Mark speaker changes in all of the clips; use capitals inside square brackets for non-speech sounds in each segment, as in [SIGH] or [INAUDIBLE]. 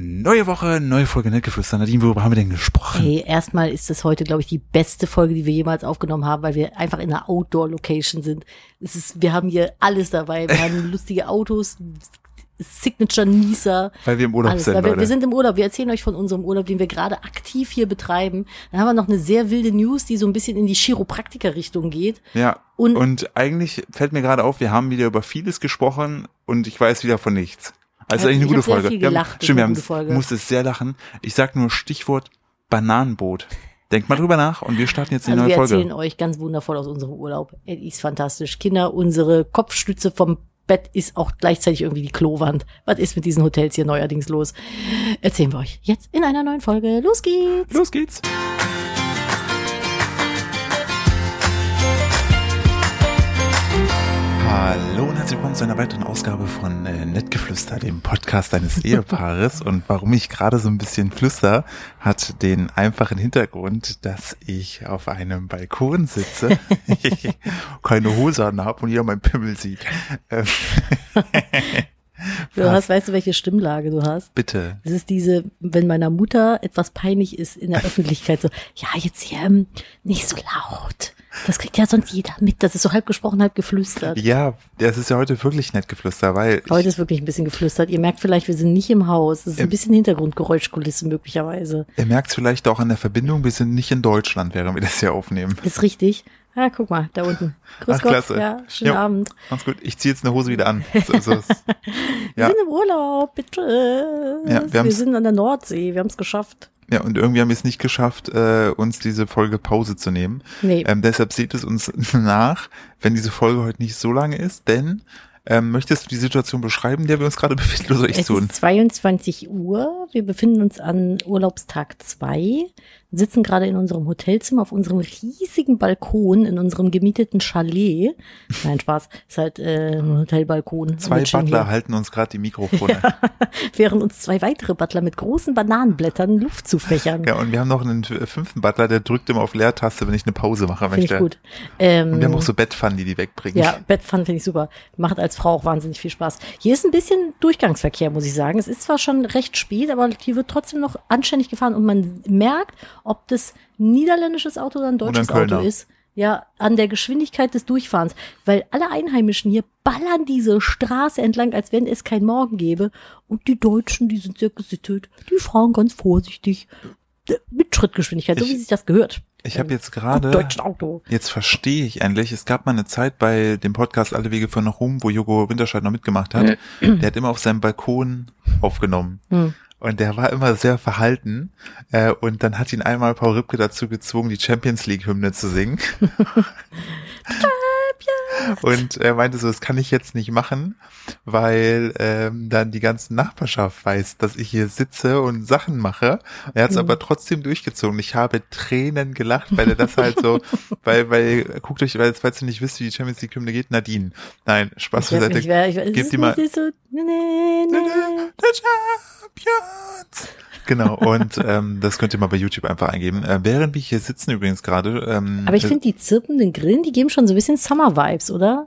Speaker 1: Neue Woche, neue Folge Nettgeflüster. Nadine, worüber haben wir denn gesprochen?
Speaker 2: Hey, erstmal ist das heute, glaube ich, die beste Folge, die wir jemals aufgenommen haben, weil wir einfach in einer Outdoor-Location sind. Es ist, wir haben hier alles dabei. Wir
Speaker 1: [LAUGHS]
Speaker 2: haben lustige Autos, Signature Nieser.
Speaker 1: Weil wir im Urlaub
Speaker 2: Alles,
Speaker 1: sind,
Speaker 2: weil wir,
Speaker 1: Leute.
Speaker 2: wir sind im Urlaub. Wir erzählen euch von unserem Urlaub, den wir gerade aktiv hier betreiben. Dann haben wir noch eine sehr wilde News, die so ein bisschen in die Chiropraktiker-Richtung geht.
Speaker 1: ja. Und,
Speaker 2: Und-
Speaker 1: eigentlich fällt mir gerade auf, wir haben wieder über vieles gesprochen und ich weiß wieder von nichts. Also
Speaker 2: Ja,
Speaker 1: eigentlich eine
Speaker 2: ich
Speaker 1: gute
Speaker 2: hab sehr
Speaker 1: Folge.
Speaker 2: viel
Speaker 1: Wir haben-
Speaker 2: gelacht, das
Speaker 1: stimmt, wir
Speaker 2: war eine
Speaker 1: haben
Speaker 2: gute Folge.
Speaker 1: musste sehr lachen. Ich sag nur Stichwort Bananenboot. Denkt mal drüber nach und wir starten jetzt die
Speaker 2: Also
Speaker 1: neue
Speaker 2: wir
Speaker 1: Folge.
Speaker 2: erzählen euch ganz wundervoll aus unserem Urlaub. Es ist fantastisch. Kinder, unsere Kopfstütze vom Bett ist auch gleichzeitig irgendwie die Klowand. Was ist mit diesen Hotels hier neuerdings los? Erzählen wir euch jetzt in einer neuen Folge. Los geht's!
Speaker 1: Los geht's. Hallo und herzlich willkommen zu einer weiteren Ausgabe von äh, Nettgeflüster, dem Podcast eines
Speaker 2: [LAUGHS]
Speaker 1: Ehepaares. und warum ich gerade so ein bisschen flüster, hat den einfachen Hintergrund, dass ich auf einem Balkon
Speaker 2: [LAUGHS]
Speaker 1: sitze, [LAUGHS] keine Hose an habe und jeder meinen Pimmel sieht.
Speaker 2: [LAUGHS]
Speaker 1: Ähm, [LAUGHS]
Speaker 2: Du hast, weißt du, welche Stimmlage du hast?
Speaker 1: Bitte.
Speaker 2: Das ist diese, wenn meiner Mutter etwas peinlich ist in
Speaker 1: [LAUGHS]
Speaker 2: der Öffentlichkeit, so, ja, jetzt hier ähm, nicht so laut. Das kriegt ja sonst jeder mit. Das ist so halb gesprochen, halb geflüstert.
Speaker 1: Ja, das ist ja heute wirklich Nettgeflüster, weil ich-
Speaker 2: Heute ist wirklich ein bisschen geflüstert. Ihr merkt vielleicht, wir sind nicht im Haus. Es ist ein bisschen Hintergrundgeräuschkulisse möglicherweise.
Speaker 1: Ihr merkt es vielleicht auch an der Verbindung, wir sind nicht in Deutschland, während wir das hier aufnehmen.
Speaker 2: Ist richtig. Ah, guck mal, da unten. Grüß
Speaker 1: Ach,
Speaker 2: Gott.
Speaker 1: klasse.
Speaker 2: Ja, schönen
Speaker 1: Jo.
Speaker 2: Abend.
Speaker 1: Ganz gut, ich ziehe jetzt eine Hose wieder an. So, so
Speaker 2: [LAUGHS]
Speaker 1: ist, Ja.
Speaker 2: Wir sind im Urlaub, bitte.
Speaker 1: Ja, wir
Speaker 2: wir
Speaker 1: haben's-
Speaker 2: sind an der Nordsee, wir haben es geschafft.
Speaker 1: ja, und irgendwie haben wir es nicht geschafft, äh, uns diese Folge Pause zu nehmen.
Speaker 2: Nee.
Speaker 1: Ähm, deshalb seht es uns [LAUGHS] nach, wenn diese Folge heute nicht so lange ist, denn ähm, möchtest du die Situation beschreiben, in der wir uns gerade befinden, oder soll ich
Speaker 2: Es
Speaker 1: tun?
Speaker 2: ist 22 Uhr. Wir befinden uns an Urlaubstag 2, sitzen gerade in unserem Hotelzimmer auf unserem riesigen Balkon in unserem gemieteten Chalet. Nein, Spaß. Ist halt äh, ein Hotelbalkon.
Speaker 1: Zwei
Speaker 2: Wir chillen
Speaker 1: Butler
Speaker 2: hier.
Speaker 1: halten uns gerade die
Speaker 2: [LAUGHS]
Speaker 1: Mikrofone.
Speaker 2: Während uns zwei weitere Butler mit großen Bananenblättern Luft zu fächern.
Speaker 1: ja, und wir haben noch einen äh, fünften Butler, der drückt immer auf Leertaste, wenn ich eine Pause machen
Speaker 2: Finde
Speaker 1: möchte.
Speaker 2: ich gut.
Speaker 1: Und
Speaker 2: Ähm,
Speaker 1: wir haben auch so Bettpfannen, die die wegbringen.
Speaker 2: Ja, Bettpfannen finde ich super. Macht als Frau auch wahnsinnig viel Spaß. Hier ist ein bisschen Durchgangsverkehr, muss ich sagen. Es ist zwar schon recht spät, aber hier wird trotzdem noch anständig gefahren und man merkt, ob das niederländisches Auto oder ein
Speaker 1: ein
Speaker 2: deutsches
Speaker 1: Kölner.
Speaker 2: Auto ist. Ja, an der Geschwindigkeit des Durchfahrens. Weil alle Einheimischen hier ballern diese Straße entlang, als wenn es kein Morgen gäbe. Und die Deutschen, die sind sehr gesittet. Die fahren ganz vorsichtig. äh, Mit Schrittgeschwindigkeit, so
Speaker 1: Ich-
Speaker 2: wie sich das gehört.
Speaker 1: Ich habe
Speaker 2: Im
Speaker 1: jetzt gerade
Speaker 2: Deutschen Auto.
Speaker 1: Jetzt verstehe ich endlich. Es gab mal eine Zeit bei dem Podcast Alle Wege von nach Ruhm, wo Jogo Winterscheid noch mitgemacht hat. Der hat immer auf seinem Balkon aufgenommen.
Speaker 2: Hm.
Speaker 1: Und der war immer sehr verhalten. Äh, und dann hat ihn einmal Paul Ripke dazu gezwungen, die Champions League-Hymne zu
Speaker 2: [LAUGHS]
Speaker 1: singen. und er meinte so, das kann ich jetzt nicht machen, weil ähm, dann die ganze Nachbarschaft weiß, dass ich hier sitze und Sachen mache. Er
Speaker 2: Mhm.
Speaker 1: hat es aber trotzdem durchgezogen. Ich habe Tränen gelacht, weil er das halt
Speaker 2: [LAUGHS]
Speaker 1: so, weil, weil, guckt euch, weil, falls ihr nicht wisst, wie die Champions League-Hymne geht, Nadine. Nein, Spaß
Speaker 2: Ich werd- ich
Speaker 1: beiseite.
Speaker 2: werd- ich werd- es
Speaker 1: Gebt
Speaker 2: ist
Speaker 1: die mal-
Speaker 2: nicht so, nee, nee, nee.
Speaker 1: The Champions. Genau, und ähm, das könnt ihr mal bei YouTube einfach eingeben. Äh, während wir hier sitzen übrigens gerade, ähm,
Speaker 2: Aber ich finde, die zirpenden Grillen, die geben schon so ein bisschen Summer-Vibes, oder?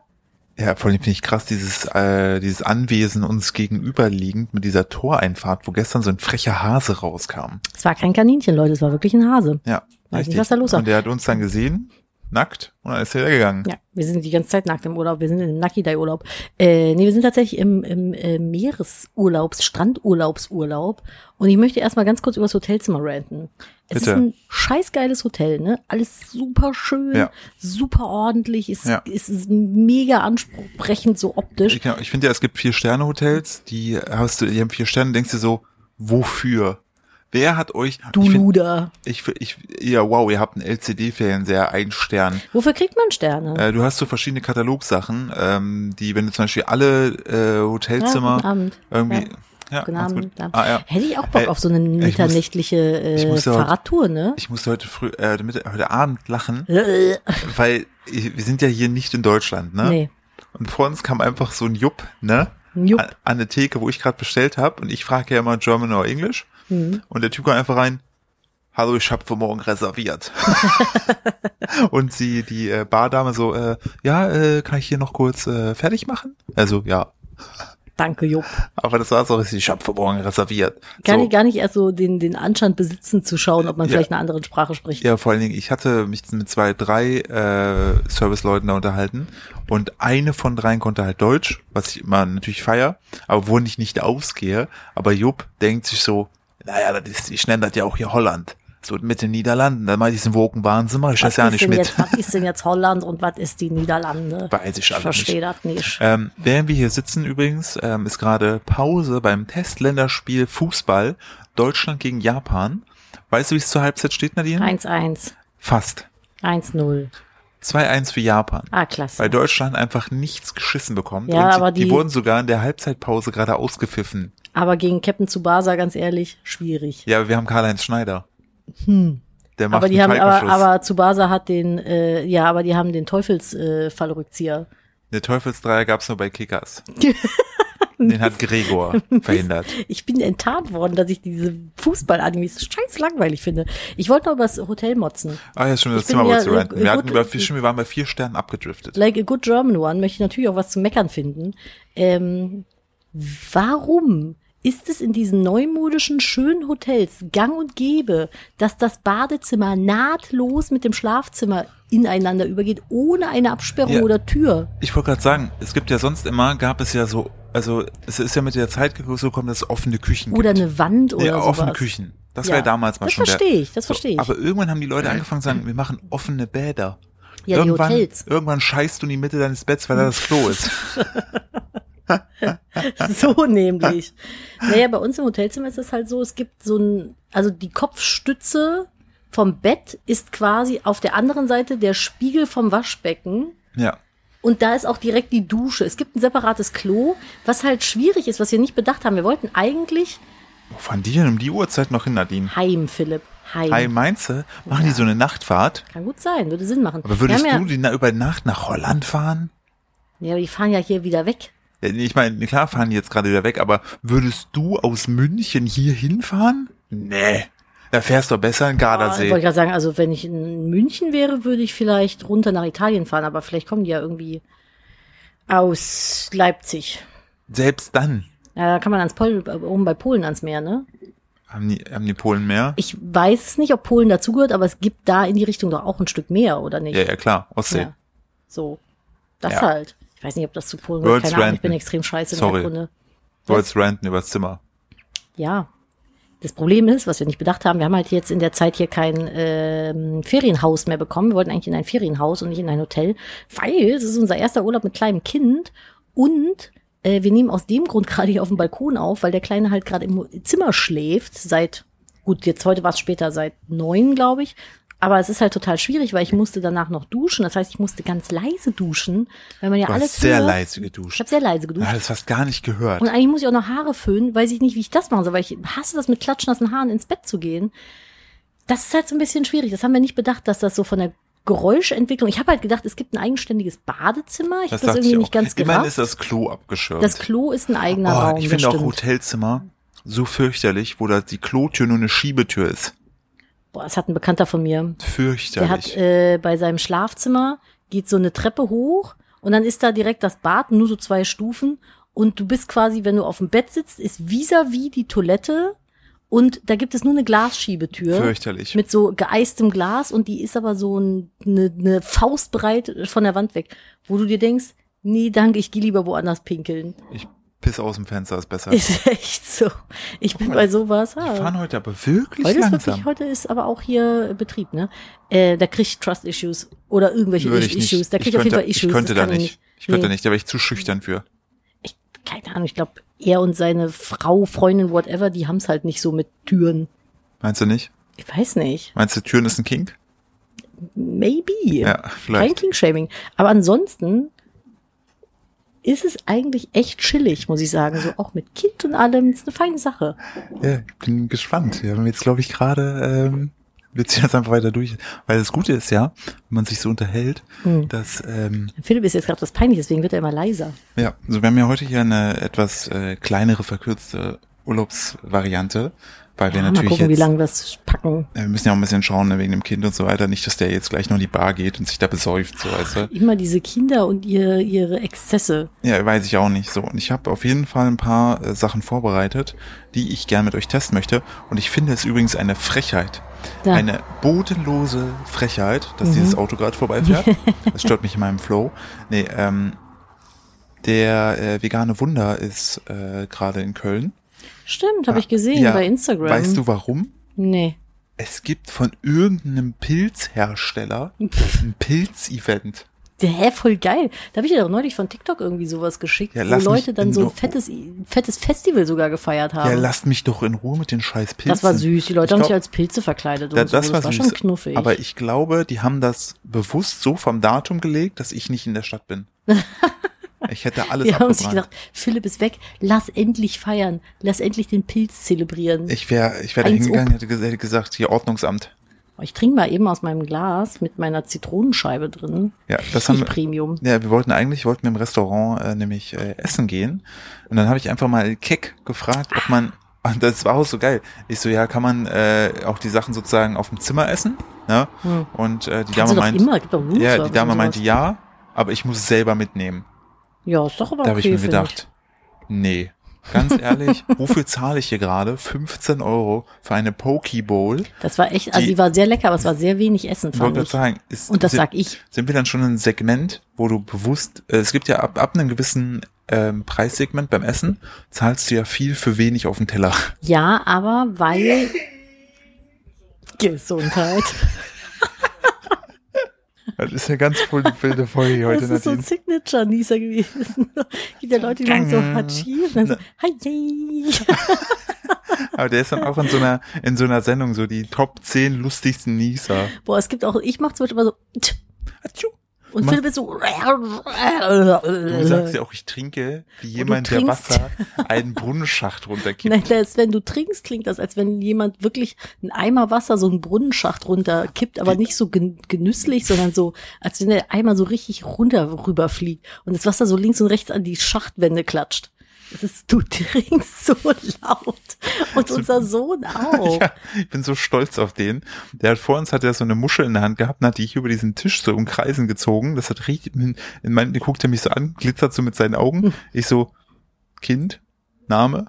Speaker 1: ja, vor allem finde ich krass, dieses, äh, dieses Anwesen uns gegenüberliegend mit dieser Toreinfahrt, wo gestern so ein frecher Hase rauskam.
Speaker 2: Es war kein Kaninchen, Leute, es war wirklich ein Hase.
Speaker 1: Ja,
Speaker 2: Weiß nicht,
Speaker 1: richtig.
Speaker 2: was da los war.
Speaker 1: Und der hat uns dann gesehen, nackt, und dann ist er gegangen.
Speaker 2: Ja, wir sind die ganze Zeit nackt im Urlaub, wir sind im Nakidai-Urlaub. Äh, nee, wir sind tatsächlich im, im äh, Meeresurlaubs-, Strandurlaubsurlaub. Und ich möchte erstmal ganz kurz über das Hotelzimmer ranten. Es
Speaker 1: Bitte.
Speaker 2: ist ein scheißgeiles Hotel, ne? Alles super schön,
Speaker 1: Ja.
Speaker 2: super ordentlich, es,
Speaker 1: Ja.
Speaker 2: es ist mega ansprechend so optisch.
Speaker 1: Ich, ich finde ja, es gibt vier Sterne Hotels, die hast du, die haben vier Sterne, denkst du so, wofür? Wer hat euch,
Speaker 2: Du
Speaker 1: ich, find,
Speaker 2: Luder.
Speaker 1: ich, ich, ja, wow, ihr habt einen LCD-Fernseher, ein Stern.
Speaker 2: Wofür kriegt man Sterne?
Speaker 1: Äh, du hast so verschiedene Katalogsachen, ähm, die, wenn du zum Beispiel alle äh,
Speaker 2: Ja,
Speaker 1: Hotelzimmer
Speaker 2: guten Abend.
Speaker 1: irgendwie,
Speaker 2: Ja.
Speaker 1: ja,
Speaker 2: Guten
Speaker 1: ganz gut.
Speaker 2: Abend. Ja.
Speaker 1: Ah, ja.
Speaker 2: Hätte ich auch Bock
Speaker 1: Äh,
Speaker 2: auf so eine
Speaker 1: muss-
Speaker 2: mitternächtliche
Speaker 1: ich
Speaker 2: äh,
Speaker 1: muss ja heute-
Speaker 2: Fahrradtour, ne?
Speaker 1: Ich musste heute früh, äh, mit, heute Abend
Speaker 2: [LAUGHS]
Speaker 1: lachen,
Speaker 2: Äh,
Speaker 1: weil ich, wir sind ja hier nicht in Deutschland, ne?
Speaker 2: Nee.
Speaker 1: Und vor uns kam einfach so ein Jupp, ne?
Speaker 2: Ein Jupp.
Speaker 1: An, an eine Theke, wo ich gerade bestellt habe. Und ich frage ja immer German or English. Und der Typ kam einfach rein, hallo, ich habe für morgen reserviert. und sie, die äh, Bardame so, äh, ja, äh, kann ich hier noch kurz äh, fertig machen? Also, ja.
Speaker 2: Danke, Jupp.
Speaker 1: Aber das war so richtig, ich hab für morgen reserviert.
Speaker 2: Gar,
Speaker 1: so.
Speaker 2: nicht, gar nicht erst so den, den Anstand besitzen zu schauen, ob man
Speaker 1: Ja.
Speaker 2: vielleicht eine andere Sprache spricht.
Speaker 1: Ja, vor allen Dingen, ich hatte mich mit zwei, drei äh, Serviceleuten da unterhalten und eine von dreien konnte halt Deutsch, was ich immer natürlich feier, aber wo ich nicht ausgehe. Aber Jupp denkt sich so, naja, das ist, ich nenne das ja auch hier Holland. So mit den Niederlanden, dann meinte ich, diesen Wogenwahnsinn, mach ich das ja
Speaker 2: ist
Speaker 1: nicht
Speaker 2: denn
Speaker 1: mit.
Speaker 2: Jetzt, was ist denn jetzt Holland und was ist die Niederlande?
Speaker 1: Weiß ich alles
Speaker 2: verstehe das nicht.
Speaker 1: Ähm, während wir hier sitzen übrigens, ähm, ist gerade Pause beim Testländerspiel Fußball Deutschland gegen Japan. Weißt du, wie es zur Halbzeit steht, Nadine?
Speaker 2: 1-1,
Speaker 1: Fast.
Speaker 2: 1-0.
Speaker 1: 2-1 für Japan.
Speaker 2: Ah, klasse.
Speaker 1: Weil Deutschland einfach nichts geschissen bekommt.
Speaker 2: Ja,
Speaker 1: und
Speaker 2: aber
Speaker 1: die,
Speaker 2: die-
Speaker 1: wurden sogar in der Halbzeitpause gerade ausgepfiffen.
Speaker 2: Aber gegen Captain Tsubasa, ganz ehrlich, schwierig.
Speaker 1: Ja, wir haben Karl-Heinz Schneider. Hm. Der macht
Speaker 2: aber die
Speaker 1: einen
Speaker 2: haben, aber,
Speaker 1: Falkenschuss.
Speaker 2: aber Tsubasa hat den, äh, ja, aber die haben den Teufelsfallrückzieher.
Speaker 1: Der Teufelsdreier gab's nur bei
Speaker 2: [LAUGHS]
Speaker 1: Kickers. Den hat Gregor verhindert.
Speaker 2: ich bin enttarnt worden, dass ich diese Fußball-Animes scheiß langweilig finde. Ich wollte noch über das Hotel motzen.
Speaker 1: Ah ja, stimmt, das
Speaker 2: Ich bin
Speaker 1: Thema
Speaker 2: ja,
Speaker 1: wolltest du
Speaker 2: äh,
Speaker 1: ranten. Wir, hatten
Speaker 2: gut-
Speaker 1: über, vier- stimmt, wir waren bei vier Sternen abgedriftet.
Speaker 2: Like a good German one möchte ich natürlich auch was zu meckern finden. Ähm, warum ist es in diesen neumodischen, schönen Hotels gang und gäbe, dass das Badezimmer nahtlos mit dem Schlafzimmer ineinander übergeht, ohne eine Absperrung
Speaker 1: Ja.
Speaker 2: oder Tür?
Speaker 1: Ich wollte gerade sagen, es gibt ja sonst immer, gab es ja so, also es ist ja mit der Zeit gekommen, dass es offene Küchen
Speaker 2: Oder
Speaker 1: gibt.
Speaker 2: eine Wand oder
Speaker 1: ja,
Speaker 2: sowas?
Speaker 1: offene Küchen. Das
Speaker 2: Ja.
Speaker 1: war ja damals mal
Speaker 2: Das
Speaker 1: schon
Speaker 2: verstehe
Speaker 1: der,
Speaker 2: ich, das verstehe ich.
Speaker 1: Aber irgendwann haben die Leute angefangen zu sagen, wir machen offene Bäder.
Speaker 2: Ja, die
Speaker 1: irgendwann,
Speaker 2: Hotels.
Speaker 1: irgendwann scheißt du in die Mitte deines Betts, weil da das Klo ist.
Speaker 2: [LAUGHS] So nämlich. Naja, bei uns im Hotelzimmer ist es halt so, es gibt so ein, also die Kopfstütze vom Bett ist quasi auf der anderen Seite der Spiegel vom Waschbecken.
Speaker 1: Ja.
Speaker 2: Und da ist auch direkt die Dusche. Es gibt ein separates Klo, was halt schwierig ist, was wir nicht bedacht haben. Wir wollten eigentlich
Speaker 1: Wo fahren die denn um die Uhrzeit noch hin, Nadine?
Speaker 2: heim, Philipp. Heim.
Speaker 1: Hi, meinst du? Machen die so eine Nachtfahrt?
Speaker 2: Kann gut sein, würde Sinn machen.
Speaker 1: Aber würdest
Speaker 2: wir haben
Speaker 1: du die na über Nacht nach Holland fahren?
Speaker 2: ja, ja, die fahren ja hier wieder weg.
Speaker 1: Ja, nee, Ich meine, klar fahren die jetzt gerade wieder weg, aber würdest du aus München hier hinfahren? Nee. Da fährst du besser in
Speaker 2: Ich
Speaker 1: Gardasee.
Speaker 2: wollte gerade sagen, also wenn ich in München wäre, würde ich vielleicht runter nach Italien fahren, aber vielleicht kommen die ja irgendwie aus Leipzig.
Speaker 1: Selbst dann
Speaker 2: Ja, da kann man ans Pol oben bei Polen ans Meer, ne?
Speaker 1: haben die, haben die Polen mehr.
Speaker 2: Ich weiß es nicht, ob Polen dazugehört, aber es gibt da in die Richtung doch auch ein Stück Meer, oder nicht?
Speaker 1: Ja, ja, klar, Ostsee.
Speaker 2: Ja. So. Das
Speaker 1: Ja.
Speaker 2: halt. Ich weiß nicht, ob das zu Polen gehört.
Speaker 1: World's
Speaker 2: Keine Ahnung, ich
Speaker 1: Renten.
Speaker 2: bin extrem scheiße in
Speaker 1: Sorry.
Speaker 2: der Kunde.
Speaker 1: Du wolltest ranten übers Zimmer.
Speaker 2: Ja. Das Problem ist, was wir nicht bedacht haben, wir haben halt jetzt in der Zeit hier kein ähm, Ferienhaus mehr bekommen. Wir wollten eigentlich in ein Ferienhaus und nicht in ein Hotel, weil es ist unser erster Urlaub mit kleinem Kind und äh, wir nehmen aus dem Grund [LAUGHS] gerade hier auf dem Balkon auf, weil der Kleine halt gerade im Zimmer schläft seit, gut, jetzt heute war es später, seit neun, glaube ich. Aber es ist halt total schwierig, weil ich musste danach noch duschen. Das heißt, ich musste ganz leise duschen, weil man ja
Speaker 1: Du
Speaker 2: alles
Speaker 1: hast sehr
Speaker 2: hört.
Speaker 1: leise
Speaker 2: Ich
Speaker 1: geduscht.
Speaker 2: habe sehr
Speaker 1: Du
Speaker 2: leise geduscht.
Speaker 1: hast fast gar nicht gehört.
Speaker 2: Und eigentlich muss ich auch noch Haare föhnen, weiß ich nicht, wie ich das machen soll, weil ich hasse das mit klatschnassen Haaren ins Bett zu gehen. Das ist halt so ein bisschen schwierig. Das haben wir nicht bedacht, dass das so von der Geräuschentwicklung. Ich habe halt gedacht, es gibt ein eigenständiges Badezimmer. Ich habe das
Speaker 1: dachte
Speaker 2: irgendwie
Speaker 1: ich
Speaker 2: nicht
Speaker 1: auch.
Speaker 2: ganz
Speaker 1: Immerhin
Speaker 2: gerafft.
Speaker 1: ist das Klo abgeschirmt.
Speaker 2: das Klo ist ein eigener
Speaker 1: oh,
Speaker 2: Raum.
Speaker 1: ich
Speaker 2: das
Speaker 1: finde auch
Speaker 2: stimmt.
Speaker 1: Hotelzimmer so fürchterlich, wo da die Klotür nur eine Schiebetür ist.
Speaker 2: Boah, das hat ein Bekannter von mir. Der
Speaker 1: Fürchterlich.
Speaker 2: hat äh, bei seinem Schlafzimmer geht so eine Treppe hoch und dann ist da direkt das Bad, nur so zwei Stufen und du bist quasi, wenn du auf dem Bett sitzt, ist vis-à-vis die Toilette und da gibt es nur eine Glasschiebetür.
Speaker 1: fürchterlich.
Speaker 2: Mit so geeistem Glas und die ist aber so ne, ein- eine, eine Faustbreit von der Wand weg, wo du dir denkst, nee, danke, ich gehe lieber woanders pinkeln.
Speaker 1: ich piss aus dem Fenster, ist besser. Wir
Speaker 2: Ist [LAUGHS] echt so. Ich bin
Speaker 1: mal,
Speaker 2: bei sowas.
Speaker 1: fahren heute aber wirklich
Speaker 2: Heute ist,
Speaker 1: langsam.
Speaker 2: wirklich, heute ist aber auch hier Betrieb, ne? Äh, da krieg ich Trust-Issues oder irgendwelche
Speaker 1: Würde ich nicht.
Speaker 2: Issues. Da
Speaker 1: ich
Speaker 2: krieg ich
Speaker 1: könnte,
Speaker 2: auf jeden Fall Issues.
Speaker 1: Ich könnte
Speaker 2: das
Speaker 1: da
Speaker 2: kann
Speaker 1: nicht. Ich könnte
Speaker 2: Nee.
Speaker 1: nicht, da wäre ich zu schüchtern für.
Speaker 2: Ich, keine Ahnung, ich glaube, er und seine Frau, Freundin, whatever, die haben es halt nicht so mit Türen.
Speaker 1: Meinst du nicht?
Speaker 2: Ich weiß nicht.
Speaker 1: Meinst du, Türen ist ein Kink?
Speaker 2: Maybe.
Speaker 1: Ja,
Speaker 2: Kein
Speaker 1: vielleicht.
Speaker 2: King-Shaming. Aber ansonsten ist es eigentlich echt chillig, muss ich sagen. So auch mit Kind und allem. Ist eine feine Sache.
Speaker 1: Ja, bin gespannt. Wir haben jetzt, glaube ich, gerade, ähm, wir ziehen das einfach weiter durch. Weil das Gute ist ja, wenn man sich so unterhält,
Speaker 2: Hm.
Speaker 1: dass, ähm,
Speaker 2: Philipp ist jetzt gerade was peinlich, deswegen wird er immer leiser.
Speaker 1: ja, also wir haben ja heute hier eine etwas äh, kleinere, verkürzte Urlaubsvariante, weil wir
Speaker 2: Ja, Ah, mal
Speaker 1: natürlich
Speaker 2: gucken, wie
Speaker 1: jetzt, äh,
Speaker 2: lange wir es packen.
Speaker 1: wir müssen ja auch ein bisschen schauen ne, wegen dem Kind und so weiter, nicht, dass der jetzt gleich noch in die Bar geht und sich da besäuft, so weißt du.
Speaker 2: Immer diese Kinder und ihr, ihre Exzesse.
Speaker 1: Ja, weiß ich auch nicht so. Und ich habe auf jeden Fall ein paar äh, Sachen vorbereitet, die ich gern mit euch testen möchte. Und ich finde es übrigens eine Frechheit,
Speaker 2: Da.
Speaker 1: eine bodenlose Frechheit, dass
Speaker 2: Mhm.
Speaker 1: dieses Auto gerade
Speaker 2: [LAUGHS]
Speaker 1: vorbeifährt. Das stört mich in meinem Flow. Nee, ähm, der äh, vegane Wunder ist äh, gerade in Köln.
Speaker 2: Stimmt, habe ich gesehen
Speaker 1: Ja.
Speaker 2: bei Instagram.
Speaker 1: Weißt du warum?
Speaker 2: Nee.
Speaker 1: Es gibt von irgendeinem
Speaker 2: [LAUGHS]
Speaker 1: Pilzhersteller ein Pilzevent.
Speaker 2: Hä, voll geil. Da habe ich dir doch neulich von TikTok irgendwie sowas geschickt,
Speaker 1: Ja,
Speaker 2: wo
Speaker 1: lass mich
Speaker 2: Leute dann
Speaker 1: in
Speaker 2: so ein
Speaker 1: Ruhe.
Speaker 2: fettes, fettes Festival sogar gefeiert haben.
Speaker 1: Ja, lasst mich doch in Ruhe mit den scheiß Pilzen.
Speaker 2: das war süß. Die Leute
Speaker 1: Ich
Speaker 2: haben
Speaker 1: glaub-
Speaker 2: sich als Pilze verkleidet.
Speaker 1: Da,
Speaker 2: und so.
Speaker 1: das, war, süß,
Speaker 2: schon knuffig.
Speaker 1: Aber ich glaube, die haben das bewusst so vom Datum gelegt, dass ich nicht in der Stadt
Speaker 2: [LAUGHS]
Speaker 1: bin. Ich hätte alles
Speaker 2: Wir haben sich
Speaker 1: abgebrannt.
Speaker 2: gedacht, Philipp ist weg, lass endlich feiern, lass endlich den Pilz zelebrieren. Ich,
Speaker 1: Ich wäre ich wär da
Speaker 2: Eins
Speaker 1: hingegangen, hätte, ges- hätte gesagt, hier Ordnungsamt.
Speaker 2: ich trinke mal eben aus meinem Glas mit meiner Zitronenscheibe drin.
Speaker 1: Ja, das
Speaker 2: Richtig
Speaker 1: haben wir-
Speaker 2: Premium.
Speaker 1: Ja, wir wollten eigentlich, wollten wir im Restaurant äh, nämlich äh, essen gehen. Und dann habe ich einfach mal keck gefragt, ob man, [LAUGHS] und das war auch so geil. Ich so, ja, kann man äh, auch die Sachen sozusagen auf dem Zimmer essen? Ne?
Speaker 2: Hm.
Speaker 1: Und äh, die
Speaker 2: Kannst
Speaker 1: Dame
Speaker 2: du doch
Speaker 1: meint,
Speaker 2: immer, gibt doch Room
Speaker 1: ja, die
Speaker 2: Service
Speaker 1: Dame
Speaker 2: und
Speaker 1: meinte,
Speaker 2: sowas.
Speaker 1: ja, aber ich muss es selber mitnehmen.
Speaker 2: Ja, ist doch
Speaker 1: Da
Speaker 2: aber okay,
Speaker 1: habe ich mir
Speaker 2: finde
Speaker 1: gedacht, nee, ganz
Speaker 2: [LAUGHS]
Speaker 1: ehrlich, wofür zahle ich hier gerade 15 Euro für eine Poke Bowl?
Speaker 2: Das war echt, also
Speaker 1: Die-
Speaker 2: die, war sehr lecker, aber es war sehr wenig Essen,
Speaker 1: Ich wollte
Speaker 2: fand
Speaker 1: gerade
Speaker 2: ich.
Speaker 1: sagen, ist,
Speaker 2: Und das
Speaker 1: sind,
Speaker 2: sag ich.
Speaker 1: sind wir dann schon in ein Segment, wo du bewusst, äh, es gibt ja ab, ab einem gewissen ähm, Preissegment beim Essen, zahlst du ja viel für wenig auf den
Speaker 2: [LAUGHS]
Speaker 1: Teller.
Speaker 2: Ja, aber
Speaker 1: [LAUGHS]
Speaker 2: weil Gesundheit.
Speaker 1: Das ist ja ganz voll die wilde Folge heute,
Speaker 2: Das ist so ein
Speaker 1: Nadine.
Speaker 2: Signature-Nieser gewesen. [LAUGHS] Gibt ja Leute, die machen so Hatschi und dann so, hi,
Speaker 1: Aber der ist dann auch in so einer, in so einer Sendung so die Top 10 lustigsten Nieser.
Speaker 2: Boah, es gibt auch, ich mach zum Beispiel immer so, tsch,
Speaker 1: Atschu.
Speaker 2: und
Speaker 1: Du
Speaker 2: Philipp ist so, [LAUGHS]
Speaker 1: Du sagst ja auch, ich trinke wie jemand, der
Speaker 2: trinkst.
Speaker 1: Wasser einen Brunnenschacht
Speaker 2: [LAUGHS]
Speaker 1: runterkippt.
Speaker 2: Nein, das, wenn du trinkst, klingt das, als wenn jemand wirklich einen Eimer Wasser so einen Brunnenschacht runterkippt, aber nicht so gen genüsslich, sondern so, als wenn der Eimer so richtig runter rüberfliegt und das Wasser so links und rechts an die Schachtwände klatscht. Das ist, du [LAUGHS] trinkst so laut. Und unser Sohn auch.
Speaker 1: [LAUGHS] Ja, ich bin so stolz auf den. Der hat vor uns hat er so eine Muschel in der Hand gehabt und hat die hier über diesen Tisch so im Kreisen gezogen. Das hat richtig in, in meinen, guckt er mich so an, glitzert so mit seinen Augen. Ich so, Kind, Name,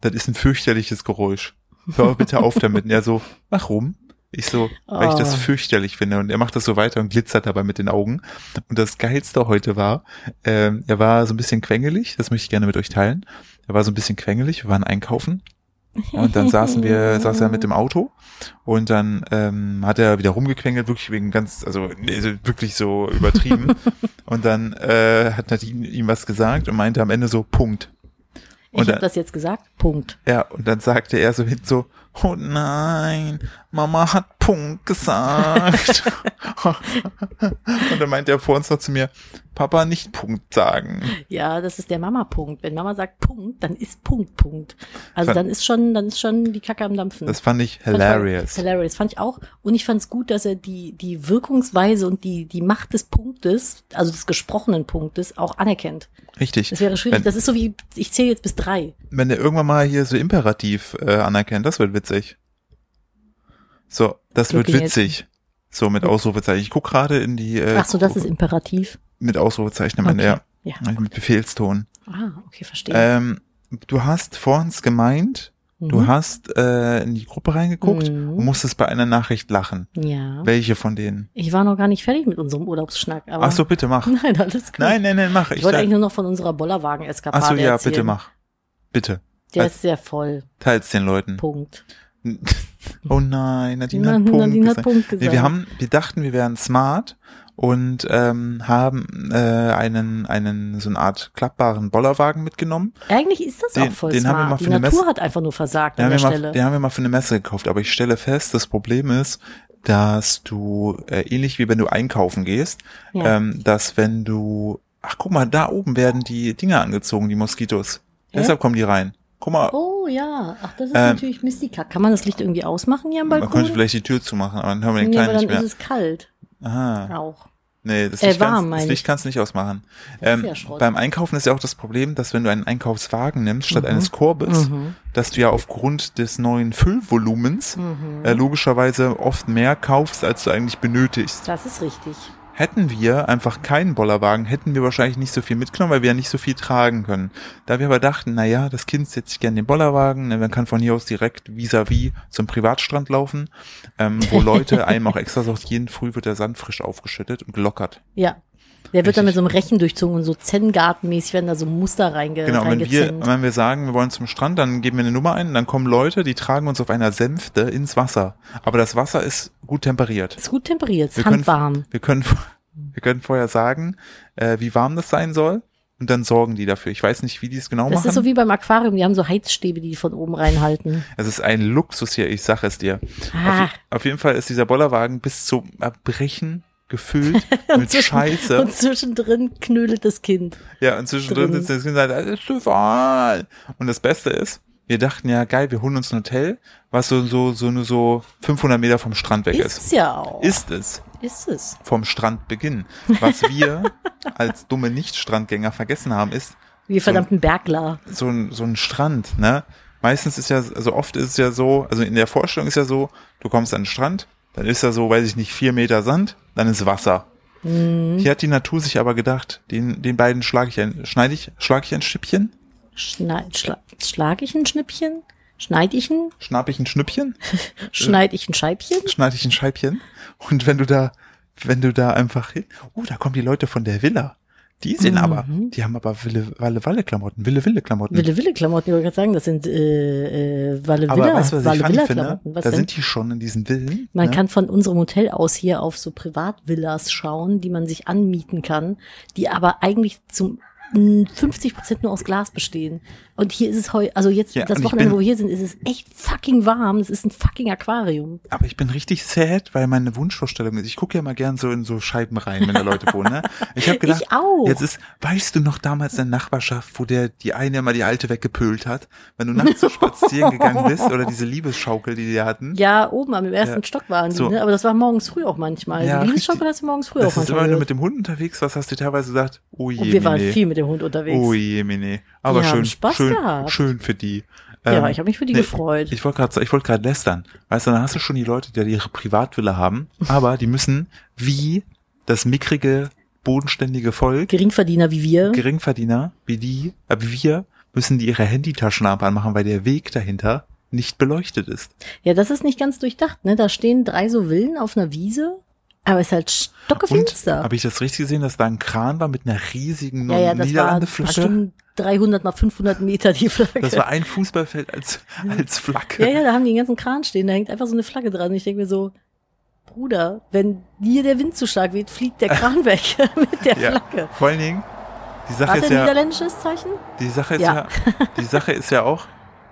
Speaker 1: das ist ein fürchterliches Geräusch. Hör bitte auf damit. Und er so, warum? Ich so, weil ich das
Speaker 2: Oh.
Speaker 1: fürchterlich finde. Und er macht das so weiter und glitzert dabei mit den Augen. Und das Geilste heute war, ähm, er war so ein bisschen quengelig, das möchte ich gerne mit euch teilen. Er war so ein bisschen quengelig, wir waren einkaufen. Und dann saßen wir, saß er mit dem Auto und dann ähm, hat er wieder rumgequengelt, wirklich wegen ganz, also nee, so wirklich so übertrieben. und dann äh, hat Nadine ihm was gesagt und meinte am Ende so, Punkt.
Speaker 2: Ich
Speaker 1: Und
Speaker 2: habe
Speaker 1: dann,
Speaker 2: das jetzt gesagt. Punkt.
Speaker 1: ja, und dann sagte er so hinten so, oh nein, Mama hat Punkt
Speaker 2: [LAUGHS]
Speaker 1: gesagt. und dann meinte er vor uns noch zu mir, Papa nicht Punkt sagen.
Speaker 2: Ja, das ist der Mama-Punkt. Wenn Mama sagt Punkt, dann ist Punkt, Punkt. Also
Speaker 1: Fand-
Speaker 2: dann ist schon, dann ist schon die Kacke am Dampfen.
Speaker 1: Das fand ich
Speaker 2: Fand ich
Speaker 1: hilarious.
Speaker 2: auch- Hilarious fand ich auch. Und ich fand es gut, dass er die, die Wirkungsweise und die, die Macht des Punktes, also des gesprochenen Punktes, auch anerkennt.
Speaker 1: Richtig.
Speaker 2: Das wäre schwierig.
Speaker 1: Wenn-
Speaker 2: Das ist so wie, ich zähle jetzt bis drei.
Speaker 1: wenn der irgendwann mal hier so imperativ äh, anerkennt, das wird witzig. So, das wird
Speaker 2: Looking
Speaker 1: witzig. So mit Ausrufezeichen. Ich guck gerade in die äh,
Speaker 2: Ach so, das ist imperativ.
Speaker 1: mit Ausrufezeichen am Ende,
Speaker 2: Okay.
Speaker 1: ja.
Speaker 2: Ja.
Speaker 1: Mit Befehlston.
Speaker 2: Ah, okay, verstehe.
Speaker 1: Ähm, du hast vor uns gemeint, du
Speaker 2: Mhm.
Speaker 1: hast äh, in die Gruppe reingeguckt
Speaker 2: Mhm.
Speaker 1: und musstest bei einer Nachricht lachen.
Speaker 2: Ja.
Speaker 1: Welche von denen?
Speaker 2: Ich war noch gar nicht fertig mit unserem Urlaubsschnack, aber.
Speaker 1: Ach so, bitte mach.
Speaker 2: [LAUGHS] Nein, alles gut.
Speaker 1: Nein, nein, nein, mach.
Speaker 2: Mhm. ich
Speaker 1: Ich
Speaker 2: wollte
Speaker 1: sag-
Speaker 2: eigentlich nur noch von unserer Bollerwagen-Eskapade
Speaker 1: Ach so, ja,
Speaker 2: erzählen.
Speaker 1: bitte mach. Äh, Bitte.
Speaker 2: Der ist sehr voll.
Speaker 1: Teils den Leuten.
Speaker 2: Punkt.
Speaker 1: [LAUGHS] Oh nein, Nadine hat
Speaker 2: Nadine
Speaker 1: Punkt
Speaker 2: hat
Speaker 1: gesagt.
Speaker 2: Punkt gesagt.
Speaker 1: Nee, wir haben, wir dachten, wir wären smart und ähm, haben äh, einen, einen so eine Art klappbaren Bollerwagen mitgenommen.
Speaker 2: Eigentlich ist das
Speaker 1: Den-
Speaker 2: auch voll
Speaker 1: den haben wir
Speaker 2: smart.
Speaker 1: mal für
Speaker 2: die
Speaker 1: eine
Speaker 2: Natur
Speaker 1: Messe-
Speaker 2: hat einfach nur versagt
Speaker 1: Den
Speaker 2: an
Speaker 1: haben,
Speaker 2: der
Speaker 1: wir
Speaker 2: Stelle.
Speaker 1: mal, den haben wir mal für eine Messe gekauft, aber ich stelle fest, das Problem ist, dass du äh, ähnlich wie wenn du einkaufen gehst,
Speaker 2: Ja.
Speaker 1: ähm, dass wenn du, ach guck mal, da oben werden die Dinger angezogen, die Moskitos.
Speaker 2: Hä?
Speaker 1: Deshalb kommen die rein. Guck mal,
Speaker 2: Oh ja, ach, das ist
Speaker 1: Ähm,
Speaker 2: natürlich Mystika. Kann man das Licht irgendwie ausmachen hier am
Speaker 1: man
Speaker 2: Balkon?
Speaker 1: könnte vielleicht die Tür zumachen, aber dann hören wir den
Speaker 2: nee, aber
Speaker 1: Kleinen
Speaker 2: dann
Speaker 1: nicht mehr.
Speaker 2: ist es kalt
Speaker 1: Aha.
Speaker 2: auch.
Speaker 1: Nee, das
Speaker 2: Äh,
Speaker 1: Licht,
Speaker 2: warm,
Speaker 1: kannst,
Speaker 2: meine
Speaker 1: das
Speaker 2: ich.
Speaker 1: Licht kannst du nicht ausmachen.
Speaker 2: Das ist
Speaker 1: Ähm,
Speaker 2: ja Schrott.
Speaker 1: beim Einkaufen ist ja auch das Problem, dass wenn du einen Einkaufswagen nimmst
Speaker 2: Mhm.
Speaker 1: statt eines Korbes, dass du ja aufgrund des neuen Füllvolumens
Speaker 2: Mhm.
Speaker 1: äh, logischerweise oft mehr kaufst, als du eigentlich benötigst.
Speaker 2: Das ist richtig.
Speaker 1: Hätten wir einfach keinen Bollerwagen, hätten wir wahrscheinlich nicht so viel mitgenommen, weil wir ja nicht so viel tragen können. Da wir aber dachten, na ja, das Kind setzt sich gerne in den Bollerwagen, ne, man kann von hier aus direkt vis-à-vis zum Privatstrand laufen, ähm, wo
Speaker 2: [LAUGHS]
Speaker 1: Leute einem auch extra sagt, jeden Früh wird der Sand frisch aufgeschüttet und gelockert.
Speaker 2: Ja. Der wird dann
Speaker 1: Richtig.
Speaker 2: mit so einem Rechen durchzogen und so Zen-Garten-mäßig werden da so Muster reinge
Speaker 1: Genau, und wenn wir,
Speaker 2: reingezängt.
Speaker 1: wenn wir sagen, wir wollen zum Strand, dann geben wir eine Nummer ein, dann kommen Leute, die tragen uns auf einer Sänfte ins Wasser. Aber das Wasser ist gut temperiert.
Speaker 2: ist gut temperiert,
Speaker 1: Wir
Speaker 2: ist
Speaker 1: können,
Speaker 2: handwarm.
Speaker 1: wir können, wir können vorher sagen, äh, wie warm das sein soll und dann sorgen die dafür. Ich weiß nicht, wie die es genau
Speaker 2: Das
Speaker 1: machen.
Speaker 2: ist so wie beim Aquarium, die haben so Heizstäbe, die die von oben reinhalten.
Speaker 1: es ist ein Luxus hier, ich sag es dir.
Speaker 2: Ah,
Speaker 1: Auf, je- auf jeden Fall ist dieser Bollerwagen bis zum Erbrechen
Speaker 2: [LAUGHS]
Speaker 1: gefüllt [LAUGHS] mit
Speaker 2: zwischen-
Speaker 1: Scheiße.
Speaker 2: und zwischendrin knödelt das Kind.
Speaker 1: Ja, und zwischendrin
Speaker 2: drin.
Speaker 1: sitzen das Kind und sagt, das ist zu faul. Und das Beste ist, wir dachten ja, geil, wir holen uns ein Hotel, was so, so, so nur so 500 Meter vom Strand weg
Speaker 2: Ist
Speaker 1: ist.
Speaker 2: es ja auch.
Speaker 1: also Ist es
Speaker 2: Ist es.
Speaker 1: vom Strandbeginn. Was wir als dumme Nicht-Strandgänger vergessen haben, ist
Speaker 2: Wir verdammten Bergler.
Speaker 1: so ein, so ein Strand, ne? Meistens ist ja, also oft ist es ja so, also in der Vorstellung ist ja so, du kommst an den Strand, dann ist da so, weiß ich nicht, vier Meter Sand, dann ist Wasser. Hier hat die Natur sich aber gedacht, den, den beiden schlage ich ein, schneide ich, schlage ich ein Schippchen?
Speaker 2: Schneid, schla schlag ich ein Schnippchen? Schneid ich ein?
Speaker 1: schnapp ich ein Schnippchen,
Speaker 2: Schneid ich ein Scheibchen?
Speaker 1: schneide ich ein Scheibchen und wenn du da, wenn du da einfach hin, oh, da kommen die Leute von der Villa. Die sehen
Speaker 2: Mhm.
Speaker 1: aber, die haben aber Wille, Walle, Walle Klamotten, Wille, Wille Klamotten.
Speaker 2: Wille Wille Klamotten, ich wollte gerade sagen, das sind äh, äh, Walle
Speaker 1: aber
Speaker 2: Villa,
Speaker 1: weißt du, was ich
Speaker 2: Walle
Speaker 1: funny
Speaker 2: Villa
Speaker 1: finde?
Speaker 2: Klamotten. Was
Speaker 1: Da
Speaker 2: denn?
Speaker 1: sind die schon in diesen Villen.
Speaker 2: Man
Speaker 1: ne?
Speaker 2: kann von unserem Hotel aus hier auf so Privatvillas schauen, die man sich anmieten kann, die aber eigentlich zum mm, 50 Prozent nur aus Glas bestehen. Und hier ist es heu, also jetzt
Speaker 1: Ja, und
Speaker 2: das
Speaker 1: ich
Speaker 2: Wochenende,
Speaker 1: bin-
Speaker 2: wo wir hier sind, ist es echt fucking warm. Es ist ein fucking Aquarium.
Speaker 1: Aber ich bin richtig sad, weil meine Wunschvorstellung ist, ich gucke ja mal gern so in so Scheiben rein, wenn da Leute wohnen. Ne? Ich habe gedacht,
Speaker 2: [LAUGHS] Ich auch.
Speaker 1: jetzt ist, weißt du noch damals in der Nachbarschaft, wo der die eine immer die alte weggepölt hat, wenn du nachts so spazieren gegangen bist oder diese Liebesschaukel, die die hatten.
Speaker 2: Ja, oben am ersten
Speaker 1: Ja.
Speaker 2: Stock waren die,
Speaker 1: So.
Speaker 2: ne? aber das war morgens früh auch manchmal.
Speaker 1: Ja,
Speaker 2: Ja, die Liebesschokolade
Speaker 1: richtig.
Speaker 2: hast du morgens früh
Speaker 1: Das
Speaker 2: auch
Speaker 1: ist immer, wenn
Speaker 2: manchmal.
Speaker 1: du
Speaker 2: gehört.
Speaker 1: mit dem Hund unterwegs warst, hast du teilweise gesagt, oh je,
Speaker 2: Und wir waren
Speaker 1: mene.
Speaker 2: viel mit dem Hund unterwegs.
Speaker 1: oh je, mene. Aber
Speaker 2: Die haben
Speaker 1: schön,
Speaker 2: Spaß
Speaker 1: schön,
Speaker 2: gehabt.
Speaker 1: schön für die.
Speaker 2: ja,
Speaker 1: Ähm,
Speaker 2: ich habe mich für die
Speaker 1: nee,
Speaker 2: gefreut.
Speaker 1: Ich wollte gerade ich wollte gerade lästern. Weißt du, dann hast du schon die Leute, die ihre Privatvilla
Speaker 2: [LAUGHS]
Speaker 1: haben, aber die müssen wie das mickrige, bodenständige Volk,
Speaker 2: Geringverdiener wie wir.
Speaker 1: Geringverdiener, wie die, äh, wie wir, müssen die ihre Handytaschenlampe anmachen, weil der Weg dahinter nicht beleuchtet ist.
Speaker 2: Ja, das ist nicht ganz durchdacht, ne? Da stehen drei so Villen auf einer Wiese, aber es ist halt
Speaker 1: Und
Speaker 2: stockefinster.
Speaker 1: habe ich das richtig gesehen, dass da ein Kran war mit einer riesigen
Speaker 2: Ja, ja, das war
Speaker 1: Niederlandeflagge?
Speaker 2: bestimmt 300 mal 500 Meter die Flagge.
Speaker 1: Das war ein Fußballfeld als, als Flagge.
Speaker 2: ja, ja, da haben die den ganzen Kran stehen, da hängt einfach so eine Flagge dran. Und ich denke mir so, Bruder, wenn dir der Wind zu stark weht, fliegt
Speaker 1: [LAUGHS]
Speaker 2: der Kran weg [LAUGHS] mit der
Speaker 1: Ja.
Speaker 2: Flagge.
Speaker 1: Vor allen Dingen, die Sache
Speaker 2: War das
Speaker 1: ist
Speaker 2: ein
Speaker 1: ja,
Speaker 2: niederländisches Zeichen?
Speaker 1: die Sache ist ja.
Speaker 2: Ja.
Speaker 1: die Sache ist ja auch,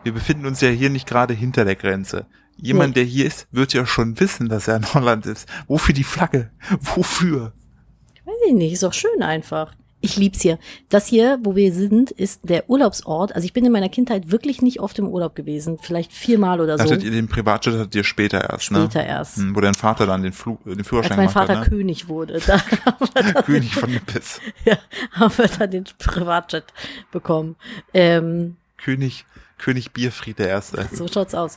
Speaker 1: wir befinden uns ja hier nicht gerade hinter der Grenze. Jemand,
Speaker 2: Nee.
Speaker 1: der hier ist, wird ja schon wissen, dass er in Holland ist. Wofür die Flagge? Wofür?
Speaker 2: Weiß ich nicht, ist doch schön einfach. Ich lieb's hier. Das hier, wo wir sind, ist der Urlaubsort. Also ich bin in meiner Kindheit wirklich nicht oft im Urlaub gewesen. Vielleicht viermal oder so.
Speaker 1: Hattet ihr den Privatjet hattet ihr später erst, ne?
Speaker 2: Also Später erst.
Speaker 1: Hm, Wo dein Vater dann den, Flug, den
Speaker 2: Als
Speaker 1: Führerschein
Speaker 2: mein
Speaker 1: gemacht
Speaker 2: Vater
Speaker 1: hat, ne?
Speaker 2: König wurde, [LAUGHS] da haben wir dann,
Speaker 1: König von
Speaker 2: [LAUGHS]
Speaker 1: Nippes.
Speaker 2: ja, haben wir dann den Privatjet bekommen. Ähm,
Speaker 1: König, König Bierfried der Erste.
Speaker 2: so schaut's aus.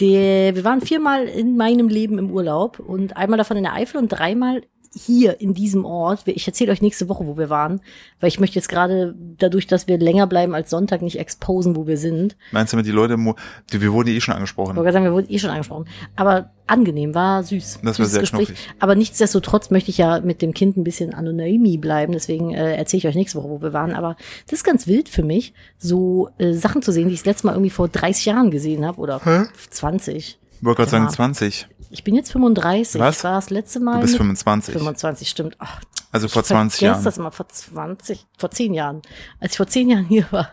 Speaker 2: Der, wir waren viermal in meinem Leben im Urlaub und einmal davon in der Eifel und dreimal hier in diesem Ort. Ich erzähle euch nächste Woche, wo wir waren, weil ich möchte jetzt gerade dadurch, dass wir länger bleiben als Sonntag, nicht exposen, wo wir sind.
Speaker 1: Meinst du mit die Leute, im Mo- die, wir wurden ja eh schon
Speaker 2: Ich
Speaker 1: angesprochen.
Speaker 2: wollte gerade sagen, wir wurden eh schon angesprochen. Aber angenehm, war süß.
Speaker 1: Das war
Speaker 2: Süßes
Speaker 1: sehr
Speaker 2: Gespräch.
Speaker 1: knuffig.
Speaker 2: Aber nichtsdestotrotz möchte ich ja mit dem Kind ein bisschen anonymi bleiben. Deswegen äh, erzähle ich euch nächste Woche, wo wir waren. Aber das ist ganz wild für mich, so äh, Sachen zu sehen, die ich das letzte Mal irgendwie vor 30 Jahren gesehen habe oder 20.
Speaker 1: Ich wollte gerade sagen
Speaker 2: Ja.
Speaker 1: 20.
Speaker 2: Ich bin jetzt 35.
Speaker 1: Was?
Speaker 2: Ich war das letzte Mal
Speaker 1: Du bist
Speaker 2: mit
Speaker 1: 25.
Speaker 2: 25, stimmt. Ach,
Speaker 1: Also vor
Speaker 2: ich
Speaker 1: 20
Speaker 2: vergesse
Speaker 1: Jahren.
Speaker 2: das immer, vor 20, vor 10 Jahren. Als ich vor 10 Jahren hier war.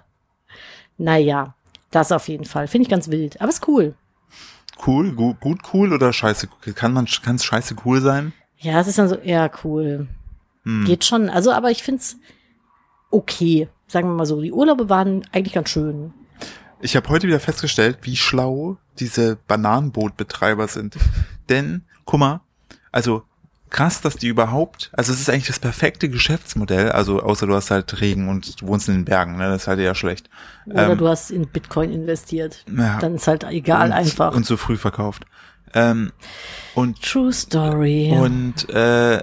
Speaker 2: Naja, das auf jeden Fall. Finde ich ganz wild. Aber ist cool.
Speaker 1: Cool, gut, gut cool oder scheiße? cool? Kann man, kann es scheiße cool sein?
Speaker 2: Ja, es ist dann so, ja, cool.
Speaker 1: Hm.
Speaker 2: Geht schon. Also, aber ich find's okay. Sagen wir mal so, die Urlaube waren eigentlich ganz schön.
Speaker 1: Ich habe heute wieder festgestellt, wie
Speaker 2: [LAUGHS]
Speaker 1: schlau diese Bananenbootbetreiber sind. Denn, guck mal, also krass, dass die überhaupt, also es ist eigentlich das perfekte Geschäftsmodell, also außer du hast halt Regen und du wohnst in den Bergen, ne? das ist halt ja schlecht.
Speaker 2: Oder
Speaker 1: Ähm,
Speaker 2: du hast in Bitcoin investiert.
Speaker 1: Ja.
Speaker 2: Dann ist halt egal
Speaker 1: und,
Speaker 2: einfach.
Speaker 1: Und so früh verkauft. Ähm, und
Speaker 2: True Story.
Speaker 1: Und äh,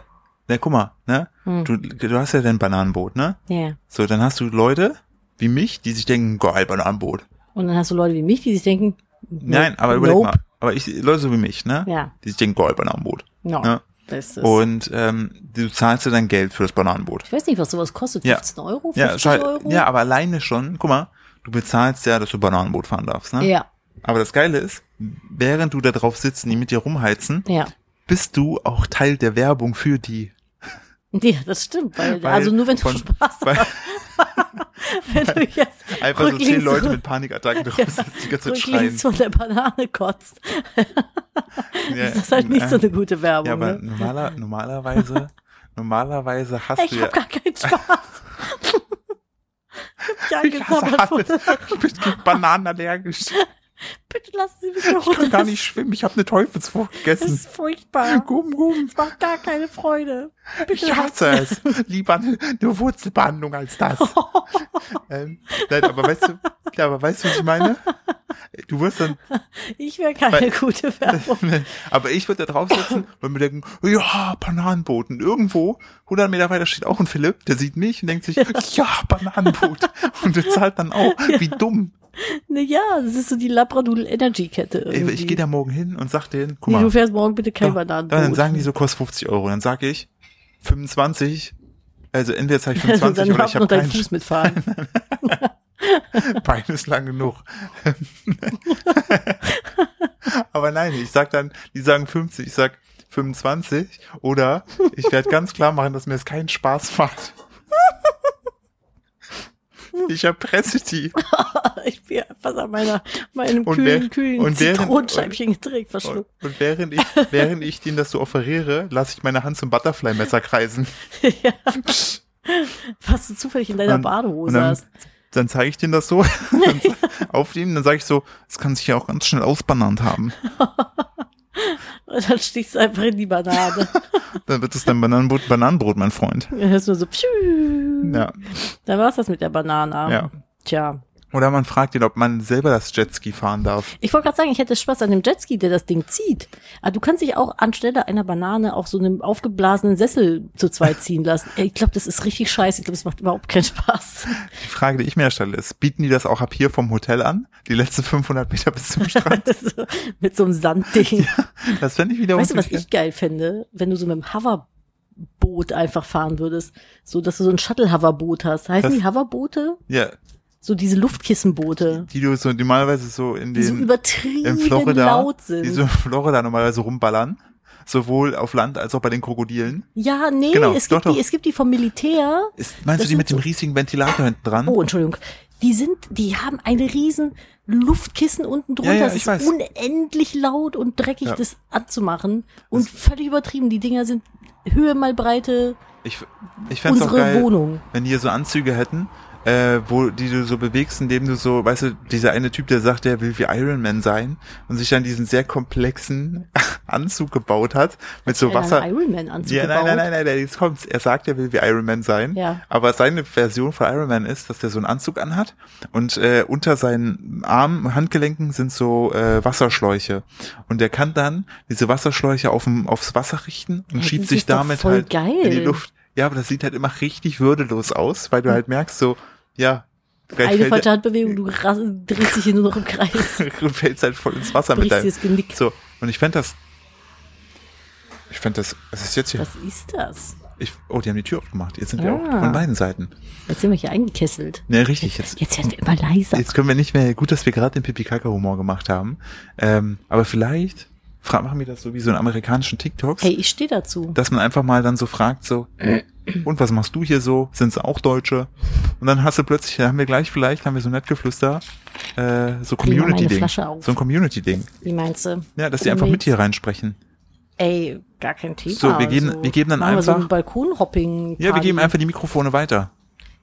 Speaker 1: na guck mal, ne?
Speaker 2: Hm.
Speaker 1: Du, du hast ja dein Bananenboot, ne?
Speaker 2: ja.
Speaker 1: So, dann hast du Leute wie mich, die sich denken, geil, Bananenboot.
Speaker 2: Und dann hast du Leute wie mich, die sich denken,
Speaker 1: Nein, aber überleg
Speaker 2: nope.
Speaker 1: mal. Aber ich, Leute so wie mich, ne?
Speaker 2: Ja.
Speaker 1: Die sich denken, geil, Bananenboot.
Speaker 2: No.
Speaker 1: Ja.
Speaker 2: Das ist,
Speaker 1: ne? Und ähm, du zahlst dir dann Geld für das Bananenboot.
Speaker 2: ich weiß nicht, was sowas kostet.
Speaker 1: Ja.
Speaker 2: 15 Euro? 50
Speaker 1: Ja, schall,
Speaker 2: Euro?
Speaker 1: ja, aber alleine schon, guck mal, du bezahlst ja, dass du Bananenboot fahren darfst, ne?
Speaker 2: ja.
Speaker 1: Aber das Geile ist, während du da drauf sitzt und die mit dir rumheizen,
Speaker 2: Ja.
Speaker 1: bist du auch Teil der Werbung für die.
Speaker 2: Ja, das stimmt. Weil,
Speaker 1: Weil
Speaker 2: also nur wenn du
Speaker 1: von-
Speaker 2: Spaß
Speaker 1: Weil,
Speaker 2: [LAUGHS]
Speaker 1: [LAUGHS]
Speaker 2: wenn du jetzt
Speaker 1: Einfach so zehn
Speaker 2: rücklings-
Speaker 1: Leute mit Panikattacken drauf sitzen, die ganze Zeit schreien.
Speaker 2: rücklings von der Banane kotzt.
Speaker 1: Ja, äh,
Speaker 2: Das ist halt nicht so eine gute Werbung.
Speaker 1: Ja, aber
Speaker 2: ne?
Speaker 1: normaler, normalerweise, normalerweise hast du
Speaker 2: Ich
Speaker 1: ja.
Speaker 2: hab gar keinen
Speaker 1: [LAUGHS]
Speaker 2: Spaß. ich hab mich
Speaker 1: ich hasse
Speaker 2: angesammelt
Speaker 1: alles.
Speaker 2: wurde.
Speaker 1: Ich bin gegen Bananen allergisch.
Speaker 2: [LAUGHS] Bitte lassen Sie mich in
Speaker 1: Ich kann gar
Speaker 2: Ruhe.
Speaker 1: nicht schwimmen. Ich habe eine Teufelsfrucht
Speaker 2: Das
Speaker 1: gegessen.
Speaker 2: ist furchtbar.
Speaker 1: Gum, gum.
Speaker 2: Das macht gar keine Freude.
Speaker 1: Ich hasse es. Lieber eine, eine Wurzelbehandlung als
Speaker 2: [LAUGHS]
Speaker 1: das. ähm, nein, aber weißt du, ja, aber weißt du, was ich meine? Du wirst dann,
Speaker 2: Ich wäre keine
Speaker 1: Weil-
Speaker 2: gute
Speaker 1: [LAUGHS]
Speaker 2: Werbung.
Speaker 1: aber ich würde da drauf
Speaker 2: [LAUGHS]
Speaker 1: sitzen und mir denken, ja, Bananenboten. Irgendwo, 100 Meter weiter steht auch ein Philipp, der sieht mich und denkt sich, ja, Bananenboot. Und der zahlt dann auch. Wie dumm.
Speaker 2: Ne, ja, das ist so die Labrador Energy Kette.
Speaker 1: Ey,
Speaker 2: irgendwie.
Speaker 1: ich gehe da morgen hin und sag denen, guck
Speaker 2: nee,
Speaker 1: mal,
Speaker 2: du fährst morgen bitte kein
Speaker 1: doch,
Speaker 2: Bananenboot.
Speaker 1: dann sagen die so, kostet 50 Euro. Dann sag ich, 25, also entweder zahle
Speaker 2: [LAUGHS]
Speaker 1: ich
Speaker 2: Und
Speaker 1: 25
Speaker 2: dann
Speaker 1: oder ich
Speaker 2: darf nur
Speaker 1: habe
Speaker 2: dein
Speaker 1: keinen
Speaker 2: Fuß mitfahren.
Speaker 1: [LAUGHS] Bein ist lang genug. [LAUGHS] Aber nein, ich sag dann, die sagen 50, ich sag 25 oder ich werde ganz klar machen, dass mir es keinen Spaß macht. Ich erpresse die.
Speaker 2: ich bin einfach an meiner, meinem
Speaker 1: Und
Speaker 2: kühlen,
Speaker 1: wer-
Speaker 2: kühlen
Speaker 1: und wer- [LAUGHS]
Speaker 2: Zitronenscheibchen getränk
Speaker 1: Und,
Speaker 2: verschluckt.
Speaker 1: und während ich, während ich denen das so offeriere, lasse ich meine Hand zum Butterfly-Messer kreisen.
Speaker 2: ja. Was du zufällig in deiner
Speaker 1: Und- und
Speaker 2: Badehose
Speaker 1: dann-
Speaker 2: hast.
Speaker 1: dann zeige ich denen das so [LAUGHS] dann ze- auf ihm, dann sage ich so, es kann sich ja auch ganz schnell ausbannernd haben.
Speaker 2: Und dann stichst du einfach in die Banane.
Speaker 1: Dann wird es dein Bananenbrot, Bananenbrot, mein Freund.
Speaker 2: dann hörst du nur so, pschuh.
Speaker 1: Ja,
Speaker 2: Dann war's das mit der Banane.
Speaker 1: ja.
Speaker 2: Tja.
Speaker 1: Oder man fragt ihn, ob man selber das Jetski fahren darf.
Speaker 2: Ich wollte gerade sagen, ich hätte Spaß an dem Jetski, der das Ding zieht. Aber du kannst dich auch anstelle einer Banane auf so einem aufgeblasenen Sessel zu zweit ziehen lassen. Ey, Ich glaube, das ist richtig scheiße. Ich glaube, das macht überhaupt keinen Spaß. [LAUGHS]
Speaker 1: Die Frage, die ich mir stelle, ist, bieten die das auch ab hier vom Hotel an? Die letzten 500 Meter bis
Speaker 2: [LAUGHS]
Speaker 1: zum Strand?
Speaker 2: Das ist so- mit so einem Sandding.
Speaker 1: Das fände ich wiederum
Speaker 2: weißt du, was
Speaker 1: ziemlich
Speaker 2: ich geil fände? Wenn du so mit dem Hoverboot einfach fahren würdest. So, dass du so ein Shuttle-Hoverboot hast. Heißen
Speaker 1: Das-
Speaker 2: die Hoverboote?
Speaker 1: geil. Ja,
Speaker 2: So diese Luftkissenboote.
Speaker 1: die du so normalerweise so in
Speaker 2: Die so
Speaker 1: den, in
Speaker 2: übertrieben
Speaker 1: Florida,
Speaker 2: laut sind.
Speaker 1: die so in Florida normalerweise rumballern. Sowohl auf Land als auch bei den Krokodilen.
Speaker 2: ja, nee,
Speaker 1: Genau,
Speaker 2: es,
Speaker 1: doch,
Speaker 2: gibt
Speaker 1: doch.
Speaker 2: Die, es gibt die vom Militär.
Speaker 1: Ist, meinst
Speaker 2: Das
Speaker 1: du die
Speaker 2: sind
Speaker 1: mit dem
Speaker 2: so-
Speaker 1: riesigen Ventilator hinten dran?
Speaker 2: Oh, Entschuldigung. Die sind, die haben ein riesen Luftkissen unten drunter.
Speaker 1: Ja, ja,
Speaker 2: es
Speaker 1: ich
Speaker 2: ist
Speaker 1: weiß.
Speaker 2: unendlich laut und dreckig,
Speaker 1: Ja.
Speaker 2: das anzumachen. Und völlig übertrieben. Die Dinger sind Höhe mal Breite
Speaker 1: Ich, ich fänd's auch
Speaker 2: unsere
Speaker 1: geil,
Speaker 2: Wohnung.
Speaker 1: wenn die hier so Anzüge hätten, äh, wo die du so bewegst, indem du so, weißt du, dieser eine Typ, der sagt, der will wie Iron Man sein und sich dann diesen sehr komplexen [LAUGHS] Anzug gebaut hat mit so
Speaker 2: Ja, dann
Speaker 1: Wasser.
Speaker 2: Iron Man Anzug
Speaker 1: Ja, nein,
Speaker 2: gebaut.
Speaker 1: nein, nein, nein, nein, jetzt kommt's. Er sagt, er will wie Iron Man sein.
Speaker 2: Ja.
Speaker 1: Aber seine Version von Iron Man ist, dass der so einen Anzug anhat und äh, unter seinen Armen und Handgelenken sind so äh, Wasserschläuche. Und der kann dann diese Wasserschläuche aufm, aufs Wasser richten und
Speaker 2: Ja,
Speaker 1: schiebt
Speaker 2: das
Speaker 1: sich
Speaker 2: ist doch
Speaker 1: damit
Speaker 2: voll
Speaker 1: halt in die
Speaker 2: geil. Hm.
Speaker 1: Luft. Ja, aber das sieht halt immer richtig würdelos aus, weil du halt merkst so, ja, gleich
Speaker 2: Eine
Speaker 1: fällt
Speaker 2: falsche Handbewegung, du ras- drehst dich hier nur noch
Speaker 1: [LAUGHS]
Speaker 2: im Kreis.
Speaker 1: der- [LAUGHS] und fällst halt voll ins Wasser mit
Speaker 2: Brichst dir
Speaker 1: deinem.
Speaker 2: das Genick.
Speaker 1: So, und ich fänd das. Ich fänd das. Was ist jetzt hier?
Speaker 2: Was ist das?
Speaker 1: Ich, oh, die haben die Tür aufgemacht. Jetzt sind wir auch
Speaker 2: Ah.
Speaker 1: von beiden Seiten.
Speaker 2: Jetzt sind wir hier eingekesselt.
Speaker 1: Ne, richtig. Jetzt,
Speaker 2: Jetzt werden wir immer leiser.
Speaker 1: jetzt können wir nicht mehr. Gut, dass wir gerade den Pipi-Kaka-Humor gemacht haben. Ähm, aber vielleicht fra- machen wir das so wie so in amerikanischen TikToks,
Speaker 2: Hey, ich stehe dazu.
Speaker 1: dass man einfach mal dann so fragt, so, und was machst du hier so? Sind's auch Deutsche? Und dann hast du plötzlich, dann haben wir gleich vielleicht, haben wir so nett geflüster, äh, so
Speaker 2: Bring mal meine
Speaker 1: Community-Ding.
Speaker 2: Flasche auf.
Speaker 1: So ein Community-Ding.
Speaker 2: Wie meinst du?
Speaker 1: Ja, dass die einfach mit hier reinsprechen.
Speaker 2: Ey, gar kein Thema.
Speaker 1: So, wir geben-
Speaker 2: Also,
Speaker 1: wir geben dann
Speaker 2: machen Wir so
Speaker 1: einfach-
Speaker 2: ein Balkonhopping.
Speaker 1: Ja, wir geben einfach die Mikrofone weiter.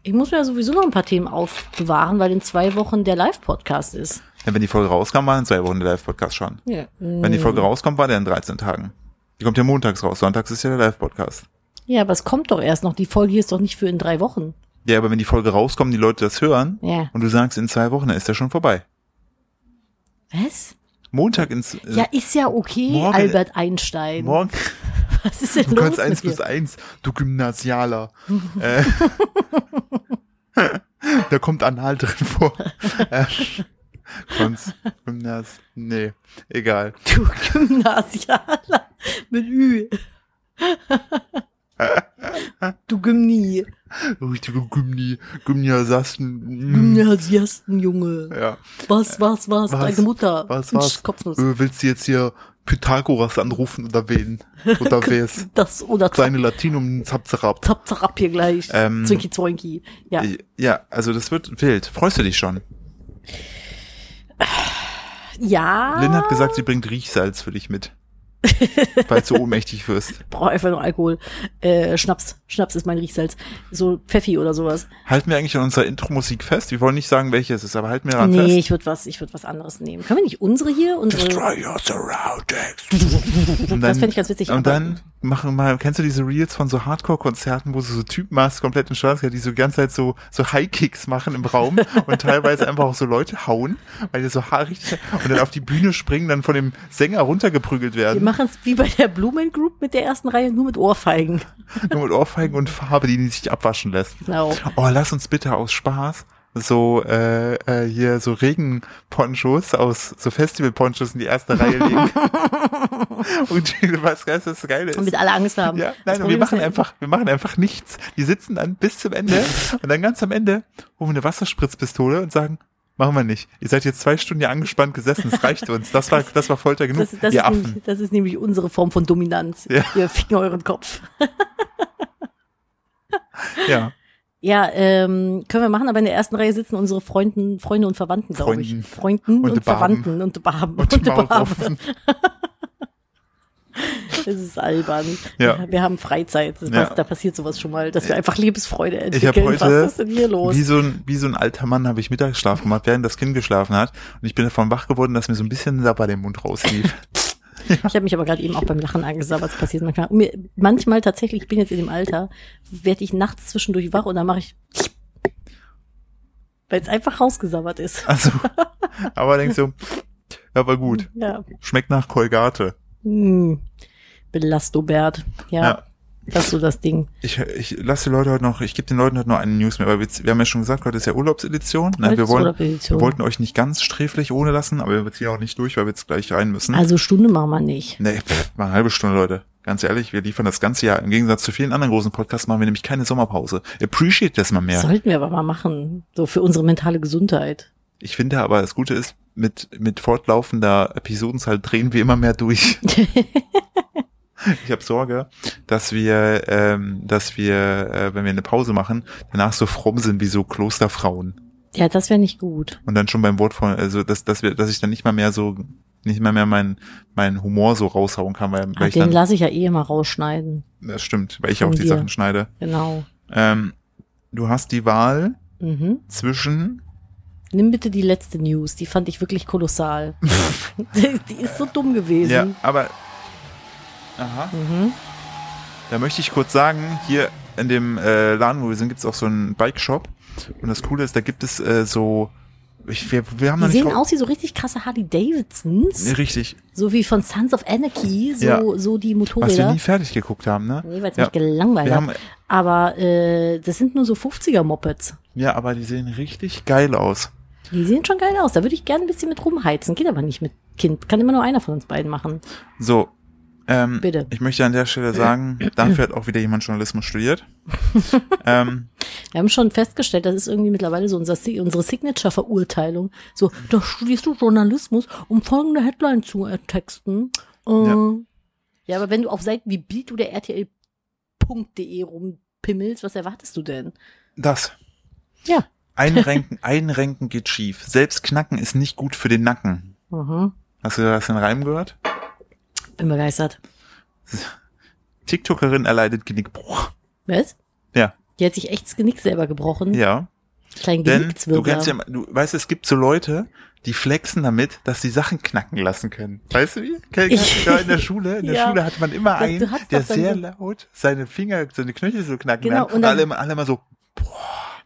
Speaker 2: Ich muss mir ja sowieso noch ein paar Themen aufbewahren, weil in zwei Wochen der Live-Podcast ist.
Speaker 1: Ja, wenn die Folge rauskam, war in zwei Wochen der Live-Podcast schon.
Speaker 2: Ja.
Speaker 1: Wenn die Folge rauskommt, war der in 13 Tagen. Die kommt ja montags raus. Sonntags ist ja der Live-Podcast.
Speaker 2: Ja, aber es kommt doch erst noch. Die Folge hier ist doch nicht für in drei Wochen.
Speaker 1: Ja, aber wenn die Folge rauskommt, die Leute das hören
Speaker 2: Ja.
Speaker 1: und du sagst, in zwei Wochen, dann ist der schon vorbei.
Speaker 2: Was?
Speaker 1: Montag ins, äh,
Speaker 2: Ja, ist ja okay,
Speaker 1: morgen-
Speaker 2: Albert Einstein.
Speaker 1: morgen,
Speaker 2: Was ist denn
Speaker 1: [LAUGHS] du
Speaker 2: los
Speaker 1: kannst
Speaker 2: mit
Speaker 1: eins
Speaker 2: dir?
Speaker 1: plus eins, du
Speaker 2: [LAUGHS]
Speaker 1: Gymnasialer. äh, [LAUGHS] da kommt Anal drin vor. Äh, [LAUGHS] Konz, Gymnas, nee, egal.
Speaker 2: Du Gymnasialer
Speaker 1: [LAUGHS]
Speaker 2: mit Ü. du Gymni,
Speaker 1: Richtige Gymni, Gymniasasten. mm,
Speaker 2: Gymnasiastenjunge.
Speaker 1: Ja.
Speaker 2: Was, was, was,
Speaker 1: Was?
Speaker 2: deine Mutter?
Speaker 1: Was,
Speaker 2: Mensch,
Speaker 1: was?
Speaker 2: Kopfnuss.
Speaker 1: Äh, Willst du jetzt hier Pythagoras anrufen oder wen?
Speaker 2: [LAUGHS]
Speaker 1: Oder wer's?
Speaker 2: Das oder zap,
Speaker 1: Kleine Latinum zapzerab.
Speaker 2: zap, zap hier gleich.
Speaker 1: Ähm,
Speaker 2: Zwinki, zwinki. Ja,
Speaker 1: Ja, also das wird wild. Freust du dich schon?
Speaker 2: ja.
Speaker 1: Lynn hat gesagt,
Speaker 2: Ah.
Speaker 1: sie bringt Riechsalz für dich mit. falls
Speaker 2: [LAUGHS]
Speaker 1: du ohnmächtig wirst.
Speaker 2: brauche einfach nur Alkohol. Äh, Schnaps, Schnaps ist mein Riechsalz. So Pfeffi oder sowas.
Speaker 1: Halten wir eigentlich an unserer Intro-Musik fest? Wir wollen nicht sagen, welche es ist, aber halten wir daran
Speaker 2: nee,
Speaker 1: fest.
Speaker 2: ich würde was, ich würde was anderes nehmen. Können wir nicht unsere hier? Unsere,
Speaker 1: Destroy your surroundings. Und
Speaker 2: Das fänd ich ganz witzig,
Speaker 1: Und
Speaker 2: aber-
Speaker 1: dann machen mal, kennst du diese Reels von so Hardcore-Konzerten, wo du so Typen machst, komplett in Schwarz, die so die ganze Zeit so, so High-Kicks machen im
Speaker 2: [LAUGHS]
Speaker 1: Raum und teilweise einfach auch so Leute hauen, weil die so haarig und dann auf die Bühne springen, dann von dem Sänger runtergeprügelt
Speaker 2: wir
Speaker 1: werden.
Speaker 2: machen es wie bei der Blumen Group mit der ersten Reihe, nur mit Ohrfeigen.
Speaker 1: Nur mit Ohrfeigen und Farbe, die nicht sich abwaschen lässt.
Speaker 2: Genau.
Speaker 1: Oh, lass uns bitte aus Spaß so äh, äh, hier so Regenponchos aus so Festivalponchos in die erste Reihe
Speaker 2: [LAUGHS]
Speaker 1: legen. und was geil das Geile ist.
Speaker 2: Damit alle Angst haben.
Speaker 1: Ja, nein,
Speaker 2: Das
Speaker 1: wir
Speaker 2: Problem ist halt,
Speaker 1: machen
Speaker 2: ja-
Speaker 1: einfach, wir machen einfach nichts. Die sitzen dann bis zum
Speaker 2: [LAUGHS]
Speaker 1: Ende und dann ganz am Ende holen wir eine Wasserspritzpistole und sagen, machen wir nicht. Ihr seid jetzt zwei Stunden hier angespannt gesessen, es reicht uns. Das war, das war Folter genug,
Speaker 2: Das, das,
Speaker 1: ihr
Speaker 2: ist
Speaker 1: Affen.
Speaker 2: nämlich, das ist nämlich unsere Form von Dominanz.
Speaker 1: Ja.
Speaker 2: Wir ficken euren Kopf.
Speaker 1: Ja,
Speaker 2: Ja, ähm, können wir machen, aber in der ersten Reihe sitzen unsere Freunden, Freunde und Verwandten, glaube ich.
Speaker 1: Freunden.
Speaker 2: Freunden
Speaker 1: Und
Speaker 2: und,
Speaker 1: die Barben.
Speaker 2: Verwandten und die Barben.
Speaker 1: und,
Speaker 2: die
Speaker 1: die Maul
Speaker 2: Barben. [LAUGHS]
Speaker 1: offen.
Speaker 2: Das ist albern.
Speaker 1: Ja.
Speaker 2: Wir haben Freizeit. Das
Speaker 1: Ja. Äh,
Speaker 2: pass- Da passiert sowas schon mal, dass wir einfach Lebensfreude
Speaker 1: Ich hab
Speaker 2: entwickeln.
Speaker 1: heute
Speaker 2: Was ist denn hier los?
Speaker 1: Wie so, ein, wie so ein alter Mann habe ich Mittagsschlaf gemacht, während das Kind geschlafen hat. Und ich bin davon wach geworden, dass mir so ein bisschen Sapper den Mund
Speaker 2: [LAUGHS]
Speaker 1: rauslief.
Speaker 2: Ich habe mich aber gerade eben auch beim Lachen angesabbert. Das passiert manchmal. Und mir, manchmal tatsächlich, ich bin jetzt in dem Alter, werde ich nachts zwischendurch wach und dann mache ich weil es einfach rausgesabbert ist.
Speaker 1: Also, aber denkst du, ja, war gut.
Speaker 2: Ja.
Speaker 1: Schmeckt nach Kolgate.
Speaker 2: Hm. Belastobert. Ja,
Speaker 1: Ja.
Speaker 2: Das ist so das Ding.
Speaker 1: Ich, ich lasse die Leute heute noch, ich gebe den Leuten heute noch eine News mit, weil wir, wir haben ja schon gesagt, heute ist ja Urlaubsedition. Nein, wir,
Speaker 2: Holz-
Speaker 1: wollen,
Speaker 2: oder Petition.
Speaker 1: wir wollten euch nicht ganz sträflich ohne lassen, aber wir ziehen auch nicht durch, weil wir jetzt gleich rein müssen.
Speaker 2: also Stunde machen wir nicht.
Speaker 1: Nee, pff, mal eine halbe Stunde, Leute. Ganz ehrlich, wir liefern das ganze Jahr. Im Gegensatz zu vielen anderen großen Podcasts machen wir nämlich keine Sommerpause. Appreciate das mal mehr.
Speaker 2: Sollten wir aber mal machen. So für unsere mentale Gesundheit. [LAUGHS]
Speaker 1: Ich finde aber, das Gute ist, mit, mit fortlaufender Episodenzahl drehen wir immer mehr
Speaker 2: [LAUGHS]
Speaker 1: durch. ich habe Sorge, dass wir, ähm, dass wir, äh, wenn wir eine Pause machen, danach so fromm sind wie so Klosterfrauen.
Speaker 2: Ja, das wäre nicht gut.
Speaker 1: Und dann schon beim Wort von, also dass, dass wir, dass ich dann nicht mal mehr so, nicht mal mehr meinen meinen Humor so raushauen kann, weil, weil
Speaker 2: Ah,
Speaker 1: ich
Speaker 2: den
Speaker 1: dann,
Speaker 2: lasse ich ja eh immer rausschneiden.
Speaker 1: das stimmt, weil ich auch
Speaker 2: von
Speaker 1: die
Speaker 2: dir.
Speaker 1: Sachen schneide.
Speaker 2: Genau.
Speaker 1: Ähm, du hast die Wahl
Speaker 2: Mhm.
Speaker 1: zwischen,
Speaker 2: Nimm bitte die letzte News. Die fand ich wirklich
Speaker 1: [LAUGHS]
Speaker 2: kolossal. die, die ist so dumm gewesen.
Speaker 1: ja, aber, aha.
Speaker 2: Mhm.
Speaker 1: Da möchte ich kurz sagen, hier in dem äh, Laden, wo wir sind, gibt's auch so einen Bike-Shop. Und das Coole ist, da gibt es äh, so. Ich, wir, wir haben
Speaker 2: Die
Speaker 1: noch nicht
Speaker 2: sehen
Speaker 1: drauf-
Speaker 2: aus wie so richtig krasse Harley Davidsons.
Speaker 1: Nee, richtig.
Speaker 2: So wie von Sons of Anarchy. So,
Speaker 1: Ja.
Speaker 2: so die
Speaker 1: Was wir
Speaker 2: Motorräder.
Speaker 1: nie fertig geguckt haben, ne?
Speaker 2: Nee, weil es
Speaker 1: Ja.
Speaker 2: mich gelangweilt
Speaker 1: Wir
Speaker 2: hat.
Speaker 1: haben,
Speaker 2: Aber äh, das sind nur so 50er-Mopeds.
Speaker 1: ja, aber die sehen richtig geil aus.
Speaker 2: Die sehen schon geil aus. Da würde ich gerne ein bisschen mit rumheizen. Geht aber nicht mit Kind. Kann immer nur einer von uns beiden machen.
Speaker 1: So. Ähm,
Speaker 2: Bitte.
Speaker 1: Ich möchte an der Stelle
Speaker 2: [CLEARS THROAT]
Speaker 1: sagen, dafür hat auch wieder jemand Journalismus
Speaker 2: [LAUGHS]
Speaker 1: studiert. ähm,
Speaker 2: Wir haben schon festgestellt, das ist irgendwie mittlerweile so unser, Si- unsere Signature-Verurteilung. So, da studierst du Journalismus, um folgende Headline zu äh, texten. Äh.
Speaker 1: Ja.
Speaker 2: Ja. aber wenn du auf Seiten wie Bild oder RTL.de E rumpimmelst, was erwartest du denn?
Speaker 1: das.
Speaker 2: Ja.
Speaker 1: Einrenken, einrenken geht schief. Selbst knacken ist nicht gut für den Nacken.
Speaker 2: Mhm.
Speaker 1: Hast du das in Reim gehört?
Speaker 2: Bin begeistert.
Speaker 1: TikTokerin erleidet Genickbruch.
Speaker 2: Was?
Speaker 1: Ja.
Speaker 2: Mhm. Die hat sich echt das Genick selber gebrochen.
Speaker 1: Ja.
Speaker 2: Kleinen
Speaker 1: Denn du kennst ja,
Speaker 2: Genickzwirrer.
Speaker 1: immer- du weißt, es gibt so Leute, die flexen damit, dass sie Sachen knacken lassen können. Weißt du wie? Kenn-
Speaker 2: Ich-
Speaker 1: Ja, in der Schule, in der
Speaker 2: [LAUGHS] Ja.
Speaker 1: Schule hat man immer
Speaker 2: Das-
Speaker 1: einen,
Speaker 2: du hast
Speaker 1: der
Speaker 2: doch dann
Speaker 1: sehr
Speaker 2: so-
Speaker 1: laut seine Finger, seine Knöchel so knacken
Speaker 2: Genau,
Speaker 1: lernt.
Speaker 2: und
Speaker 1: Und
Speaker 2: dann-
Speaker 1: alle, immer- alle mal so,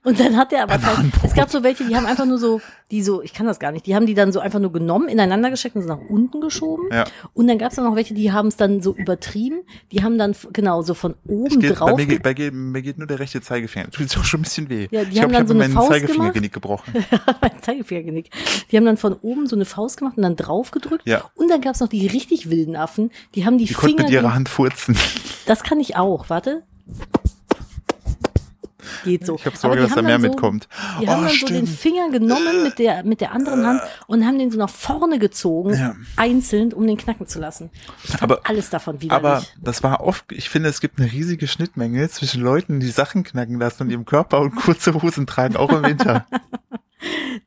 Speaker 2: Und dann hat er aber kein,
Speaker 1: Bananenbrot.
Speaker 2: es gab so welche, die haben einfach nur so, die so, ich kann das gar nicht, die haben die dann so einfach nur genommen, ineinander gesteckt und so nach unten geschoben.
Speaker 1: Ja.
Speaker 2: Und dann gab es dann noch welche, die haben es dann so übertrieben, die haben dann f- genau so von
Speaker 1: ich
Speaker 2: oben
Speaker 1: geht, bei,
Speaker 2: drauf.
Speaker 1: mir, geht- bei, geht- mir geht nur der rechte Zeigefinger. Tut auch schon ein bisschen weh.
Speaker 2: Ja, die
Speaker 1: ich glaube,
Speaker 2: haben
Speaker 1: ich
Speaker 2: dann
Speaker 1: habe
Speaker 2: so
Speaker 1: mir meinen
Speaker 2: eine Faust gemacht.
Speaker 1: Zeigefingergenick gebrochen.
Speaker 2: [LAUGHS] mein Zeigefinger genickt. Die haben dann von oben so eine Faust gemacht und dann drauf gedrückt.
Speaker 1: Ja.
Speaker 2: Und dann gab es noch die richtig wilden Affen, die haben die,
Speaker 1: Die konnte
Speaker 2: Finger.
Speaker 1: mit ihrer Hand furzen.
Speaker 2: das kann ich auch, warte. Geht so.
Speaker 1: Ich habe
Speaker 2: Aber
Speaker 1: Sorge,
Speaker 2: die
Speaker 1: dass da
Speaker 2: haben
Speaker 1: mehr
Speaker 2: dann so-
Speaker 1: mitkommt.
Speaker 2: Die haben
Speaker 1: oh,
Speaker 2: dann so den
Speaker 1: stimmt. Äh.
Speaker 2: Finger genommen mit der, mit der anderen Hand und haben den so nach vorne gezogen,
Speaker 1: Ja.
Speaker 2: einzeln, um den knacken zu lassen. Ich fand
Speaker 1: Aber-
Speaker 2: alles davon widerlich.
Speaker 1: aber das war oft, ich finde, es gibt eine riesige Schnittmenge zwischen Leuten, die Sachen knacken lassen und ihrem Körper und kurze Hosen tragen, auch im
Speaker 2: [LAUGHS]
Speaker 1: Winter.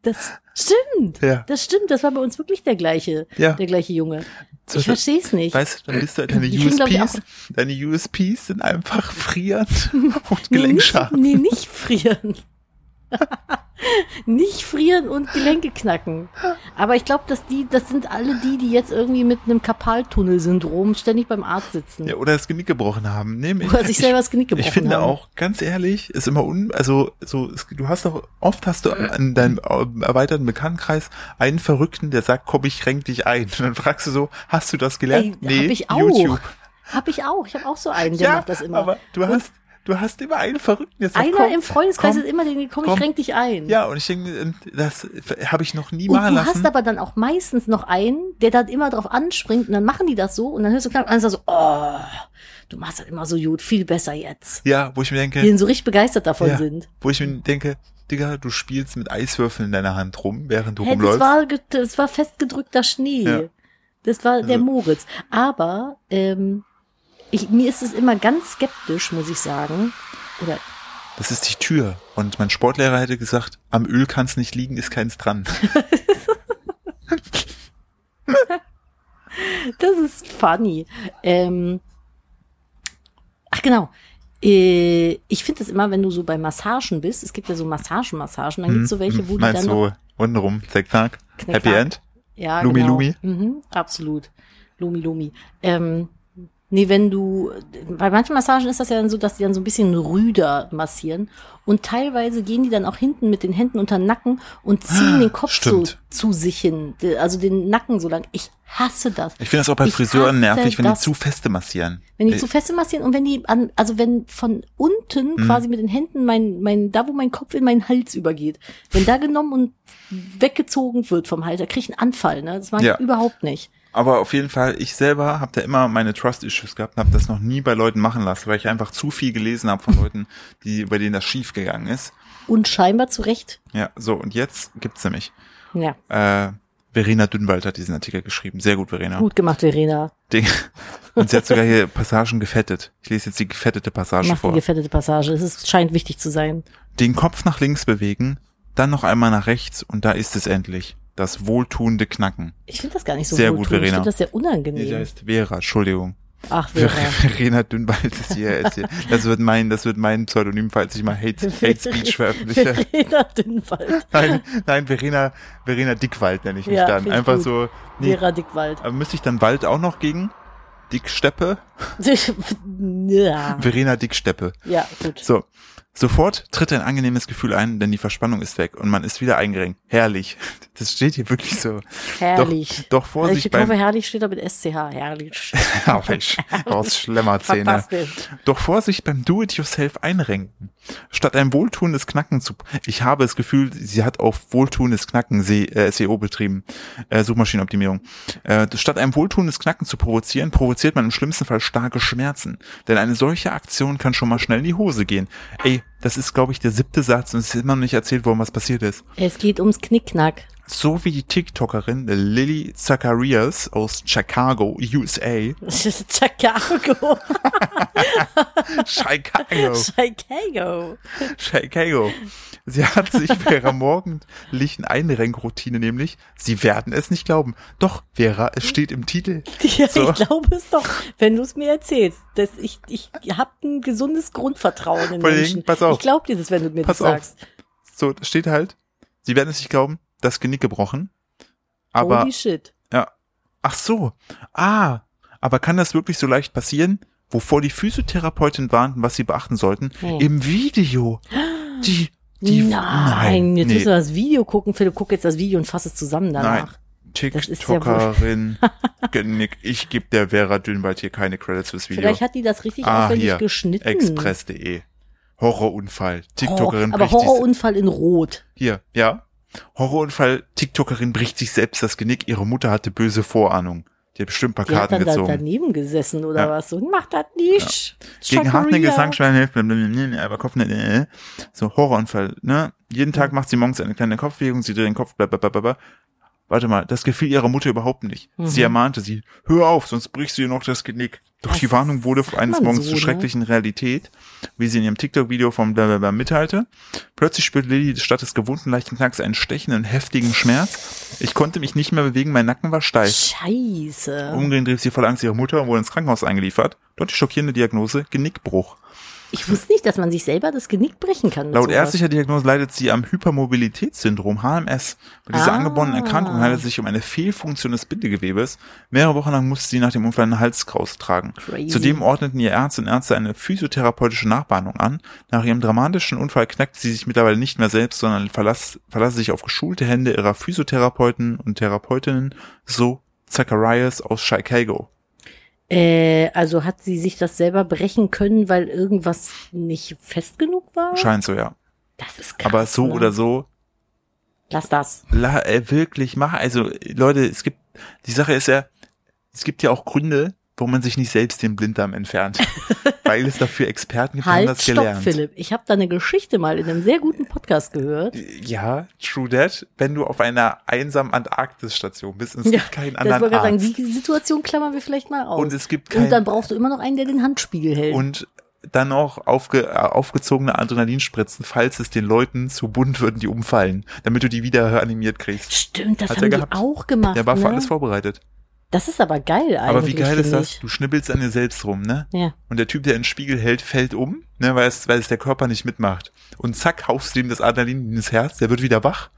Speaker 2: das stimmt.
Speaker 1: Ja.
Speaker 2: Das stimmt. Das war bei uns wirklich der gleiche,
Speaker 1: Ja.
Speaker 2: der gleiche Junge.
Speaker 1: So,
Speaker 2: Ich
Speaker 1: da-
Speaker 2: verstehe es nicht.
Speaker 1: Weißt du, dann bist du deine
Speaker 2: Die kriegen, glaub ich,
Speaker 1: USPs, deine USPs sind einfach
Speaker 2: [LAUGHS]
Speaker 1: frierend und Gelenkschaden.
Speaker 2: Nee, nicht, nee, nicht frieren. [LAUGHS] nicht frieren und Gelenke knacken. Aber ich glaube, dass die, das sind alle die, die jetzt irgendwie mit einem Kapaltunnelsyndrom ständig beim Arzt sitzen.
Speaker 1: Ja, oder das Genick gebrochen haben. Nee, ich,
Speaker 2: Oder sich selber das Genick
Speaker 1: ich,
Speaker 2: gebrochen
Speaker 1: ich finde
Speaker 2: haben.
Speaker 1: auch, ganz ehrlich, ist immer un, also, so, es, du hast doch, oft hast du in deinem ähm, erweiterten Bekanntenkreis einen Verrückten, der sagt, komm, ich renk dich ein. Und dann fragst du so, hast du das
Speaker 2: Ey,
Speaker 1: gelernt?
Speaker 2: hab ich auch.
Speaker 1: YouTube.
Speaker 2: Hab ich auch. Ich habe auch so einen, der macht das immer.
Speaker 1: aber du hast, du hast immer einen Verrückten, der sagt,
Speaker 2: Einer
Speaker 1: komm,
Speaker 2: im Freundeskreis
Speaker 1: komm,
Speaker 2: ist immer den, komm,
Speaker 1: komm.
Speaker 2: ich renk dich ein.
Speaker 1: Ja, und ich denke, mir, das habe ich noch nie
Speaker 2: Und
Speaker 1: machen
Speaker 2: du hast
Speaker 1: lassen.
Speaker 2: aber dann auch meistens noch einen, der dann immer drauf anspringt und dann machen die das so und dann hörst du knapp und dann so, oh, du machst das immer so gut, viel besser jetzt.
Speaker 1: Ja, wo ich mir denke,
Speaker 2: Die dann so richtig begeistert davon
Speaker 1: Ja.
Speaker 2: sind.
Speaker 1: wo ich mir denke, Digga, du spielst mit Eiswürfeln in deiner Hand rum, während du
Speaker 2: Hey, das,
Speaker 1: rumläufst.
Speaker 2: war, ge- das war festgedrückter Schnee.
Speaker 1: Ja.
Speaker 2: Das war der
Speaker 1: Also-
Speaker 2: Moritz. Aber ähm, ich, mir ist es immer ganz skeptisch, muss ich sagen. Oder
Speaker 1: Das ist die Tür. Und mein Sportlehrer hätte gesagt, am Öl kann's nicht liegen, ist keins dran.
Speaker 2: Das ist funny. Ähm, ach genau. Äh, Ich finde es immer, wenn du so bei Massagen bist, es gibt ja so Massagen, Massagen, dann gibt es so welche, wo die
Speaker 1: Hm. Mhm. Meinst
Speaker 2: dann noch,
Speaker 1: du, untenrum, zack, zack,
Speaker 2: Knick,
Speaker 1: Happy
Speaker 2: knack.
Speaker 1: End?
Speaker 2: ja,
Speaker 1: Lumi,
Speaker 2: genau.
Speaker 1: Lumi?
Speaker 2: Mhm, absolut, Lumi Lumi. Ähm, nee, wenn du, bei manchen Massagen ist das ja dann so, dass die dann so ein bisschen rüder massieren und teilweise gehen die dann auch hinten mit den Händen unter den Nacken und ziehen den Kopf
Speaker 1: Ah, Stimmt.
Speaker 2: so zu sich hin, also den Nacken so lang. Ich hasse das.
Speaker 1: Ich finde das auch bei
Speaker 2: Ich
Speaker 1: Friseuren
Speaker 2: hasse
Speaker 1: nervig, wenn die
Speaker 2: das.
Speaker 1: zu feste massieren.
Speaker 2: Wenn die
Speaker 1: Äh,
Speaker 2: zu feste massieren und wenn die an, also wenn von unten
Speaker 1: Mhm.
Speaker 2: quasi mit den Händen mein, mein, da wo mein Kopf in meinen Hals übergeht, wenn da genommen und weggezogen wird vom Hals, da krieg ich einen Anfall, ne? Das mag
Speaker 1: Ja.
Speaker 2: ich überhaupt nicht.
Speaker 1: Aber auf jeden Fall, ich selber habe da immer meine Trust-Issues gehabt und habe das noch nie bei Leuten machen lassen, weil ich einfach zu viel gelesen habe von
Speaker 2: [LAUGHS]
Speaker 1: Leuten, die, bei denen das schief gegangen ist.
Speaker 2: Und scheinbar zu Recht.
Speaker 1: Ja, so, und jetzt gibt's nämlich.
Speaker 2: Ja,
Speaker 1: Äh, Verena Dünnwald hat diesen Artikel geschrieben. Sehr gut, Verena.
Speaker 2: gut gemacht, Verena.
Speaker 1: Ding. [LAUGHS] Und sie hat sogar hier Passagen gefettet. Ich lese jetzt die gefettete Passage
Speaker 2: Mach die
Speaker 1: vor.
Speaker 2: gefährdete Passage. Es ist, scheint wichtig zu sein.
Speaker 1: Den Kopf nach links bewegen, dann noch einmal nach rechts und da ist es endlich. Das wohltuende Knacken.
Speaker 2: Ich finde das gar nicht so
Speaker 1: Sehr
Speaker 2: wohltuend.
Speaker 1: gut, Verena.
Speaker 2: Ich finde das sehr
Speaker 1: Nee, sie
Speaker 2: unangenehm.
Speaker 1: heißt Vera, Entschuldigung.
Speaker 2: Ach, Vera.
Speaker 1: Verena Dünnwald ist hier. Ist hier. Das wird mein, das wird mein Pseudonym, falls ich mal Hate, [LAUGHS] Hate Speech veröffentliche.
Speaker 2: Verena Dünnwald.
Speaker 1: Nein, nein, Verena, Verena Dickwald nenne ich mich
Speaker 2: Ja,
Speaker 1: dann.
Speaker 2: finde ich
Speaker 1: Einfach
Speaker 2: gut.
Speaker 1: so, nee,
Speaker 2: Vera Dickwald. [LAUGHS]
Speaker 1: aber müsste ich dann Wald auch noch gegen? Dicksteppe?
Speaker 2: ja.
Speaker 1: Verena Dicksteppe.
Speaker 2: ja, gut.
Speaker 1: So. Sofort tritt ein angenehmes Gefühl ein, denn die Verspannung ist weg und man ist wieder eingerenkt. Herrlich. Das steht hier wirklich so.
Speaker 2: Herrlich.
Speaker 1: Doch, doch
Speaker 2: ich
Speaker 1: Vorsicht [LAUGHS]
Speaker 2: glaube,
Speaker 1: beim Ah,
Speaker 2: herrlich steht da mit
Speaker 1: [LAUGHS]
Speaker 2: SCH. Herrlich.
Speaker 1: Herrlich. Aus Schlemmerzähne.
Speaker 2: Fantastisch.
Speaker 1: Doch Vorsicht beim Do-it-yourself einrenken. Statt ein wohltuendes Knacken zu, ich habe das Gefühl, sie hat auch wohltuendes Knacken sie- äh, SEO betrieben, äh, Suchmaschinenoptimierung. Äh, statt ein wohltuendes Knacken zu provozieren, provoziert man im schlimmsten Fall starke Schmerzen. Denn eine solche Aktion kann schon mal schnell in die Hose gehen. Ey, das ist, glaube ich, der siebte Satz und es ist immer noch nicht erzählt worden, was passiert ist.
Speaker 2: Es geht ums Knickknack. [LAUGHS]
Speaker 1: So wie die TikTokerin Lily Zacharias aus Chicago, USA. Oh.
Speaker 2: Chicago.
Speaker 1: Chicago.
Speaker 2: Chicago.
Speaker 1: Chicago. Sie hat
Speaker 2: [LAUGHS]
Speaker 1: sich bei ihrer morgendlichen Einrenkroutine nämlich, Sie werden es nicht glauben. Doch, Vera, es steht im Titel.
Speaker 2: Ja,
Speaker 1: [LAUGHS] So.
Speaker 2: ich glaube es doch, wenn du es mir erzählst. Dass ich ich habe ein gesundes Grundvertrauen in
Speaker 1: Vor allen Dingen,
Speaker 2: Menschen.
Speaker 1: pass auf.
Speaker 2: Ich glaube dir das, wenn du mir
Speaker 1: Pass
Speaker 2: das
Speaker 1: auf.
Speaker 2: sagst.
Speaker 1: So, da steht halt, sie werden es nicht glauben, das Genick gebrochen. Aber,
Speaker 2: Holy shit.
Speaker 1: ja. Ach so. Ah, aber kann das wirklich so leicht passieren? Wovor die Physiotherapeutin warnten, was sie beachten sollten?
Speaker 2: Nee.
Speaker 1: Im Video. Die, die,
Speaker 2: nein, jetzt
Speaker 1: nee.
Speaker 2: müssen wir das Video gucken. Philipp, guck jetzt das Video und fass es zusammen danach. Das ist ja wohl-
Speaker 1: TikTokerin, Genick, ich gebe der Vera Dünwald hier keine Credits fürs Video.
Speaker 2: Vielleicht hat die das richtig
Speaker 1: ah,
Speaker 2: aufwendig
Speaker 1: hier,
Speaker 2: geschnitten.
Speaker 1: express.de. Horrorunfall,
Speaker 2: Horror,
Speaker 1: TikTokerin
Speaker 2: aber
Speaker 1: bricht sich,
Speaker 2: Horrorunfall in Rot.
Speaker 1: hier, ja. Horrorunfall, TikTokerin bricht sich selbst das Genick, ihre Mutter hatte böse Vorahnung. Die hat bestimmt ein paar
Speaker 2: Die hat
Speaker 1: Karten
Speaker 2: dann da
Speaker 1: gezogen.
Speaker 2: daneben gesessen oder
Speaker 1: Ja.
Speaker 2: was. Und mach das nicht.
Speaker 1: Gegen harte
Speaker 2: Schackeria.
Speaker 1: Gesangsschwellen hilft, blablabla, aber Kopf, äh, äh. so Horroranfall, ne? Jeden Tag macht sie morgens eine kleine Kopfbewegung, sie dreht den Kopf, blablabla. Warte mal, das gefiel ihrer Mutter überhaupt nicht.
Speaker 2: Mhm.
Speaker 1: Sie ermahnte sie, hör auf, sonst brichst du ihr noch das Genick. Doch
Speaker 2: Das
Speaker 1: die Warnung wurde
Speaker 2: sagt
Speaker 1: eines
Speaker 2: man
Speaker 1: Morgens
Speaker 2: so,
Speaker 1: zur
Speaker 2: ne?
Speaker 1: schrecklichen Realität, wie sie in ihrem TikTok-Video vom blablabla mitteilte. Plötzlich spürte Lilly statt des gewohnten leichten Knacks einen stechenden, heftigen Schmerz. Ich konnte mich nicht mehr bewegen, mein Nacken war steif.
Speaker 2: Scheiße.
Speaker 1: Umgehend rief sie voller Angst ihre Mutter und wurde ins Krankenhaus eingeliefert. Dort die schockierende Diagnose Genickbruch.
Speaker 2: Ich wusste nicht, dass man sich selber das Genick brechen kann. mit
Speaker 1: Laut
Speaker 2: sowas.
Speaker 1: ärztlicher Diagnose leidet sie am Hypermobilitätssyndrom, HMS. Bei dieser
Speaker 2: Ah.
Speaker 1: angeborenen Erkrankung handelt es sich um eine Fehlfunktion des Bindegewebes. Mehrere Wochen lang musste sie nach dem Unfall einen Halskraus tragen.
Speaker 2: Crazy.
Speaker 1: Zudem ordneten ihr Ärzte und Ärzte eine physiotherapeutische Nachbehandlung an. Nach ihrem dramatischen Unfall knackt sie sich mittlerweile nicht mehr selbst, sondern verlass, verlasse sich auf geschulte Hände ihrer Physiotherapeuten und Therapeutinnen, so Zacharias aus Chicago.
Speaker 2: Äh, also hat sie sich das selber brechen können, weil irgendwas nicht fest genug war?
Speaker 1: Scheint so, ja.
Speaker 2: Das ist krass.
Speaker 1: Aber so
Speaker 2: ne?
Speaker 1: oder so,
Speaker 2: Lass das.
Speaker 1: La, äh, wirklich mach. Also äh, Leute, es gibt die Sache ist ja, es gibt ja auch Gründe, warum man sich nicht selbst den Blinddarm
Speaker 2: [LAUGHS]
Speaker 1: entfernt, weil es dafür Experten gibt, die haben
Speaker 2: Halt,
Speaker 1: das
Speaker 2: stopp,
Speaker 1: gelernt.
Speaker 2: Philipp. Ich habe da eine Geschichte mal in einem sehr guten Podcast gehört.
Speaker 1: Ja, true that. Wenn du auf einer einsamen Antarktisstation bist, und es
Speaker 2: Ja,
Speaker 1: gibt keinen
Speaker 2: Das
Speaker 1: anderen
Speaker 2: wollte ich gerade sagen,
Speaker 1: Arzt
Speaker 2: die Situation klammern wir vielleicht mal aus.
Speaker 1: und es gibt
Speaker 2: Und dann
Speaker 1: keinen
Speaker 2: brauchst du immer noch einen, der den Handspiegel hält.
Speaker 1: und dann auch aufge, äh, aufgezogene Adrenalinspritzen, falls es den Leuten zu bunt würden, die umfallen, damit du die wieder animiert kriegst.
Speaker 2: Stimmt, das
Speaker 1: Hat er
Speaker 2: haben die
Speaker 1: gehabt.
Speaker 2: auch gemacht.
Speaker 1: Der war für
Speaker 2: ne?
Speaker 1: alles vorbereitet.
Speaker 2: Das ist aber geil eigentlich.
Speaker 1: Aber wie geil ist
Speaker 2: finde
Speaker 1: das? Du schnibbelst an dir selbst rum, ne?
Speaker 2: Ich. Ja.
Speaker 1: Und der Typ, der einen Spiegel hält, fällt um, ne, weil, es, weil es der Körper nicht mitmacht. Und zack, haust du ihm das Adrenalin ins Herz, der wird wieder wach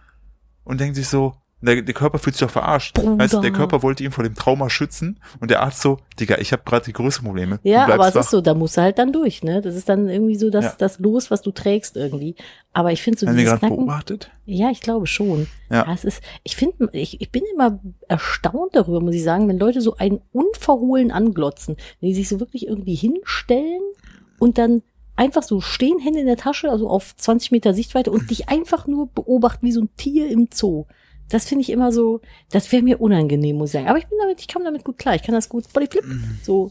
Speaker 1: und denkt sich so, der, der Körper fühlt sich doch verarscht.
Speaker 2: Bruder.
Speaker 1: Weißt du, der Körper wollte ihn vor dem Trauma schützen und der Arzt so, Digga, ich habe gerade die größten Probleme.
Speaker 2: Ja,
Speaker 1: du bleibst
Speaker 2: aber es
Speaker 1: wach.
Speaker 2: ist so, da musst du halt dann durch, ne? Das ist dann irgendwie so das,
Speaker 1: Ja.
Speaker 2: das Los, was du trägst irgendwie. Aber ich finde so
Speaker 1: Haben wir
Speaker 2: dieses
Speaker 1: gerade
Speaker 2: Knacken,
Speaker 1: beobachtet?
Speaker 2: ja, ich glaube schon.
Speaker 1: Ja.
Speaker 2: es ist, ich finde, ich, ich bin immer erstaunt darüber, muss ich sagen, wenn Leute so einen unverhohlen anglotzen, wenn die sich so wirklich irgendwie hinstellen und dann einfach so stehen, Hände in der Tasche, also auf 20 Meter Sichtweite und dich einfach nur beobachten wie so ein Tier im Zoo. Das finde ich immer so, das wäre mir unangenehm, muss ich sagen. Aber ich bin damit, ich kam damit gut klar. Ich kann das gut Bodyflip. So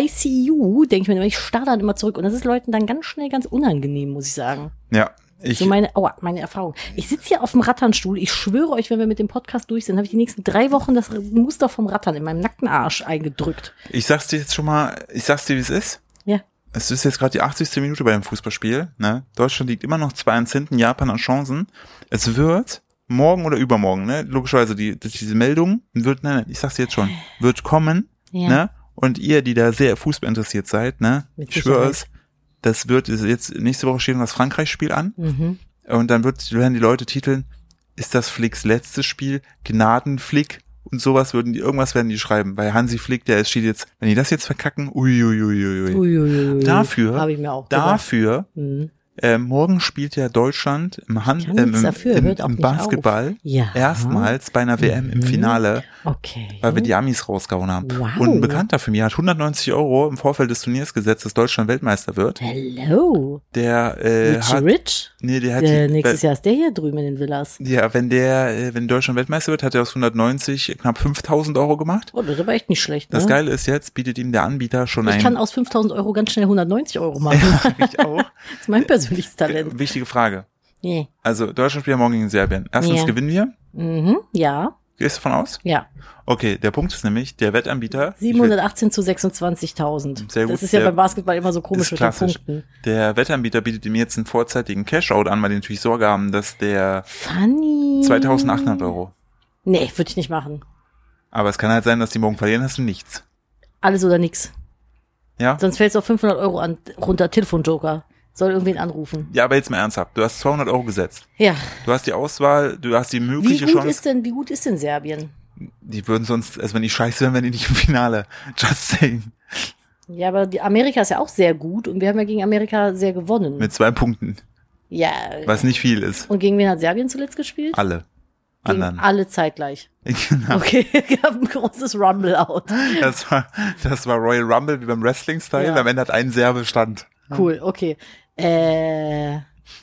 Speaker 2: ICU, denke ich mir, nämlich, ich starre dann immer zurück. Und das ist Leuten dann ganz schnell ganz unangenehm, muss ich sagen.
Speaker 1: Ja, ich,
Speaker 2: So meine, aua, meine Erfahrung. Ich sitze hier auf dem Ratternstuhl. Ich schwöre euch, wenn wir mit dem Podcast durch sind, habe ich die nächsten drei Wochen das Muster vom Rattern in meinem nackten Arsch eingedrückt.
Speaker 1: ich sag's dir jetzt schon mal, ich sag's dir, wie es ist.
Speaker 2: Ja.
Speaker 1: Es ist jetzt gerade die 80. Minute bei dem Fußballspiel. Ne? Deutschland liegt immer noch 2 1 hinten, Japan an Chancen. Es wird morgen oder übermorgen, ne? logischerweise die, die, diese Meldung, wird, nein, nein, ich sag's dir jetzt schon, wird kommen.
Speaker 2: Ja.
Speaker 1: Ne? Und ihr, die da sehr Fußball interessiert seid, ne?
Speaker 2: Mit
Speaker 1: ich schwöre
Speaker 2: Sicherheit.
Speaker 1: es, das wird jetzt, nächste Woche steht noch das Frankreich-Spiel an.
Speaker 2: Mhm.
Speaker 1: Und dann wird, werden die Leute titeln, ist das Flicks letztes Spiel, Gnadenflick und sowas würden die, irgendwas werden die schreiben. Weil Hansi Flick, der steht jetzt, wenn die das jetzt verkacken, uiuiuiui.
Speaker 2: Uiuiui.
Speaker 1: Dafür-
Speaker 2: habe ich mir auch gedacht.
Speaker 1: Dafür,
Speaker 2: Mhm.
Speaker 1: äh, morgen spielt ja Deutschland im, Hand,
Speaker 2: Kann
Speaker 1: ähm,
Speaker 2: nichts
Speaker 1: im,
Speaker 2: dafür,
Speaker 1: im,
Speaker 2: hört auch
Speaker 1: im
Speaker 2: nicht
Speaker 1: Basketball
Speaker 2: Ja.
Speaker 1: erstmals bei einer WM im
Speaker 2: Mhm.
Speaker 1: Finale,
Speaker 2: Okay.
Speaker 1: weil wir die Amis rausgehauen haben.
Speaker 2: Wow.
Speaker 1: Und ein Bekannter von mir hat 190 Euro im Vorfeld des Turniers gesetzt, dass Deutschland Weltmeister wird.
Speaker 2: Hello.
Speaker 1: Der äh,
Speaker 2: Richie
Speaker 1: hat,
Speaker 2: Rich?
Speaker 1: nee, der hat
Speaker 2: Äh,
Speaker 1: die,
Speaker 2: nächstes Jahr ist der hier drüben in den Villas.
Speaker 1: Ja, wenn der, äh, wenn Deutschland Weltmeister wird, hat er aus 190 knapp 5000 Euro gemacht.
Speaker 2: Oh, das ist aber echt nicht schlecht. Ne?
Speaker 1: Das Geile ist jetzt, bietet ihm der Anbieter schon ein.
Speaker 2: Ich
Speaker 1: [LAUGHS]
Speaker 2: kann aus 5000 Euro ganz schnell 190 Euro machen.
Speaker 1: ja, ich auch. Äh,
Speaker 2: Das ist mein persönliches
Speaker 1: [LAUGHS]
Speaker 2: [LAUGHS] Talent.
Speaker 1: Wichtige Frage.
Speaker 2: Nee.
Speaker 1: Also, Deutschland spielt ja morgen gegen Serbien. Erstens
Speaker 2: Ja.
Speaker 1: gewinnen wir.
Speaker 2: Mhm. Ja,
Speaker 1: Gehst du davon aus?
Speaker 2: ja.
Speaker 1: Okay, der Punkt ist nämlich, der Wettanbieter, ich will-
Speaker 2: 718 zu 26.000.
Speaker 1: Sehr gut.
Speaker 2: Das ist ja
Speaker 1: Der-
Speaker 2: beim Basketball immer so komisch
Speaker 1: ist
Speaker 2: mit den
Speaker 1: klassisch.
Speaker 2: Punkten.
Speaker 1: der Wettanbieter bietet ihm jetzt einen vorzeitigen Cashout an, weil die natürlich Sorge haben, dass der
Speaker 2: Funny.
Speaker 1: 2800 Euro.
Speaker 2: Nee, würde ich nicht machen.
Speaker 1: Aber es kann halt sein, dass die morgen verlieren, hast du nichts.
Speaker 2: Alles oder nix.
Speaker 1: Ja?
Speaker 2: Sonst fällt es auf 500 Euro an, runter Telefonjoker. soll irgendwen anrufen.
Speaker 1: Ja, aber jetzt mal ernsthaft. Du hast 200 Euro gesetzt.
Speaker 2: Ja.
Speaker 1: Du hast die Auswahl, du hast die
Speaker 2: Wie
Speaker 1: mögliche
Speaker 2: gut
Speaker 1: Chance.
Speaker 2: ist denn, wie gut ist denn Serbien?
Speaker 1: Die würden sonst, also wenn die scheiße wären, wären die nicht im Finale. Just saying.
Speaker 2: Ja, aber die Amerika ist ja auch sehr gut und wir haben ja gegen Amerika sehr gewonnen.
Speaker 1: Mit zwei Punkten,
Speaker 2: ja.
Speaker 1: was nicht viel ist.
Speaker 2: Und gegen wen hat Serbien zuletzt gespielt?
Speaker 1: Alle.
Speaker 2: Gegen
Speaker 1: Anderen.
Speaker 2: alle zeitgleich.
Speaker 1: Genau.
Speaker 2: Okay, [LAUGHS] gab ein großes Rumble-Out.
Speaker 1: [LAUGHS] Das war, das war Royal Rumble wie beim Wrestling-Style.
Speaker 2: Ja.
Speaker 1: Am Ende hat ein Serbe stand.
Speaker 2: Cool, okay. Äh,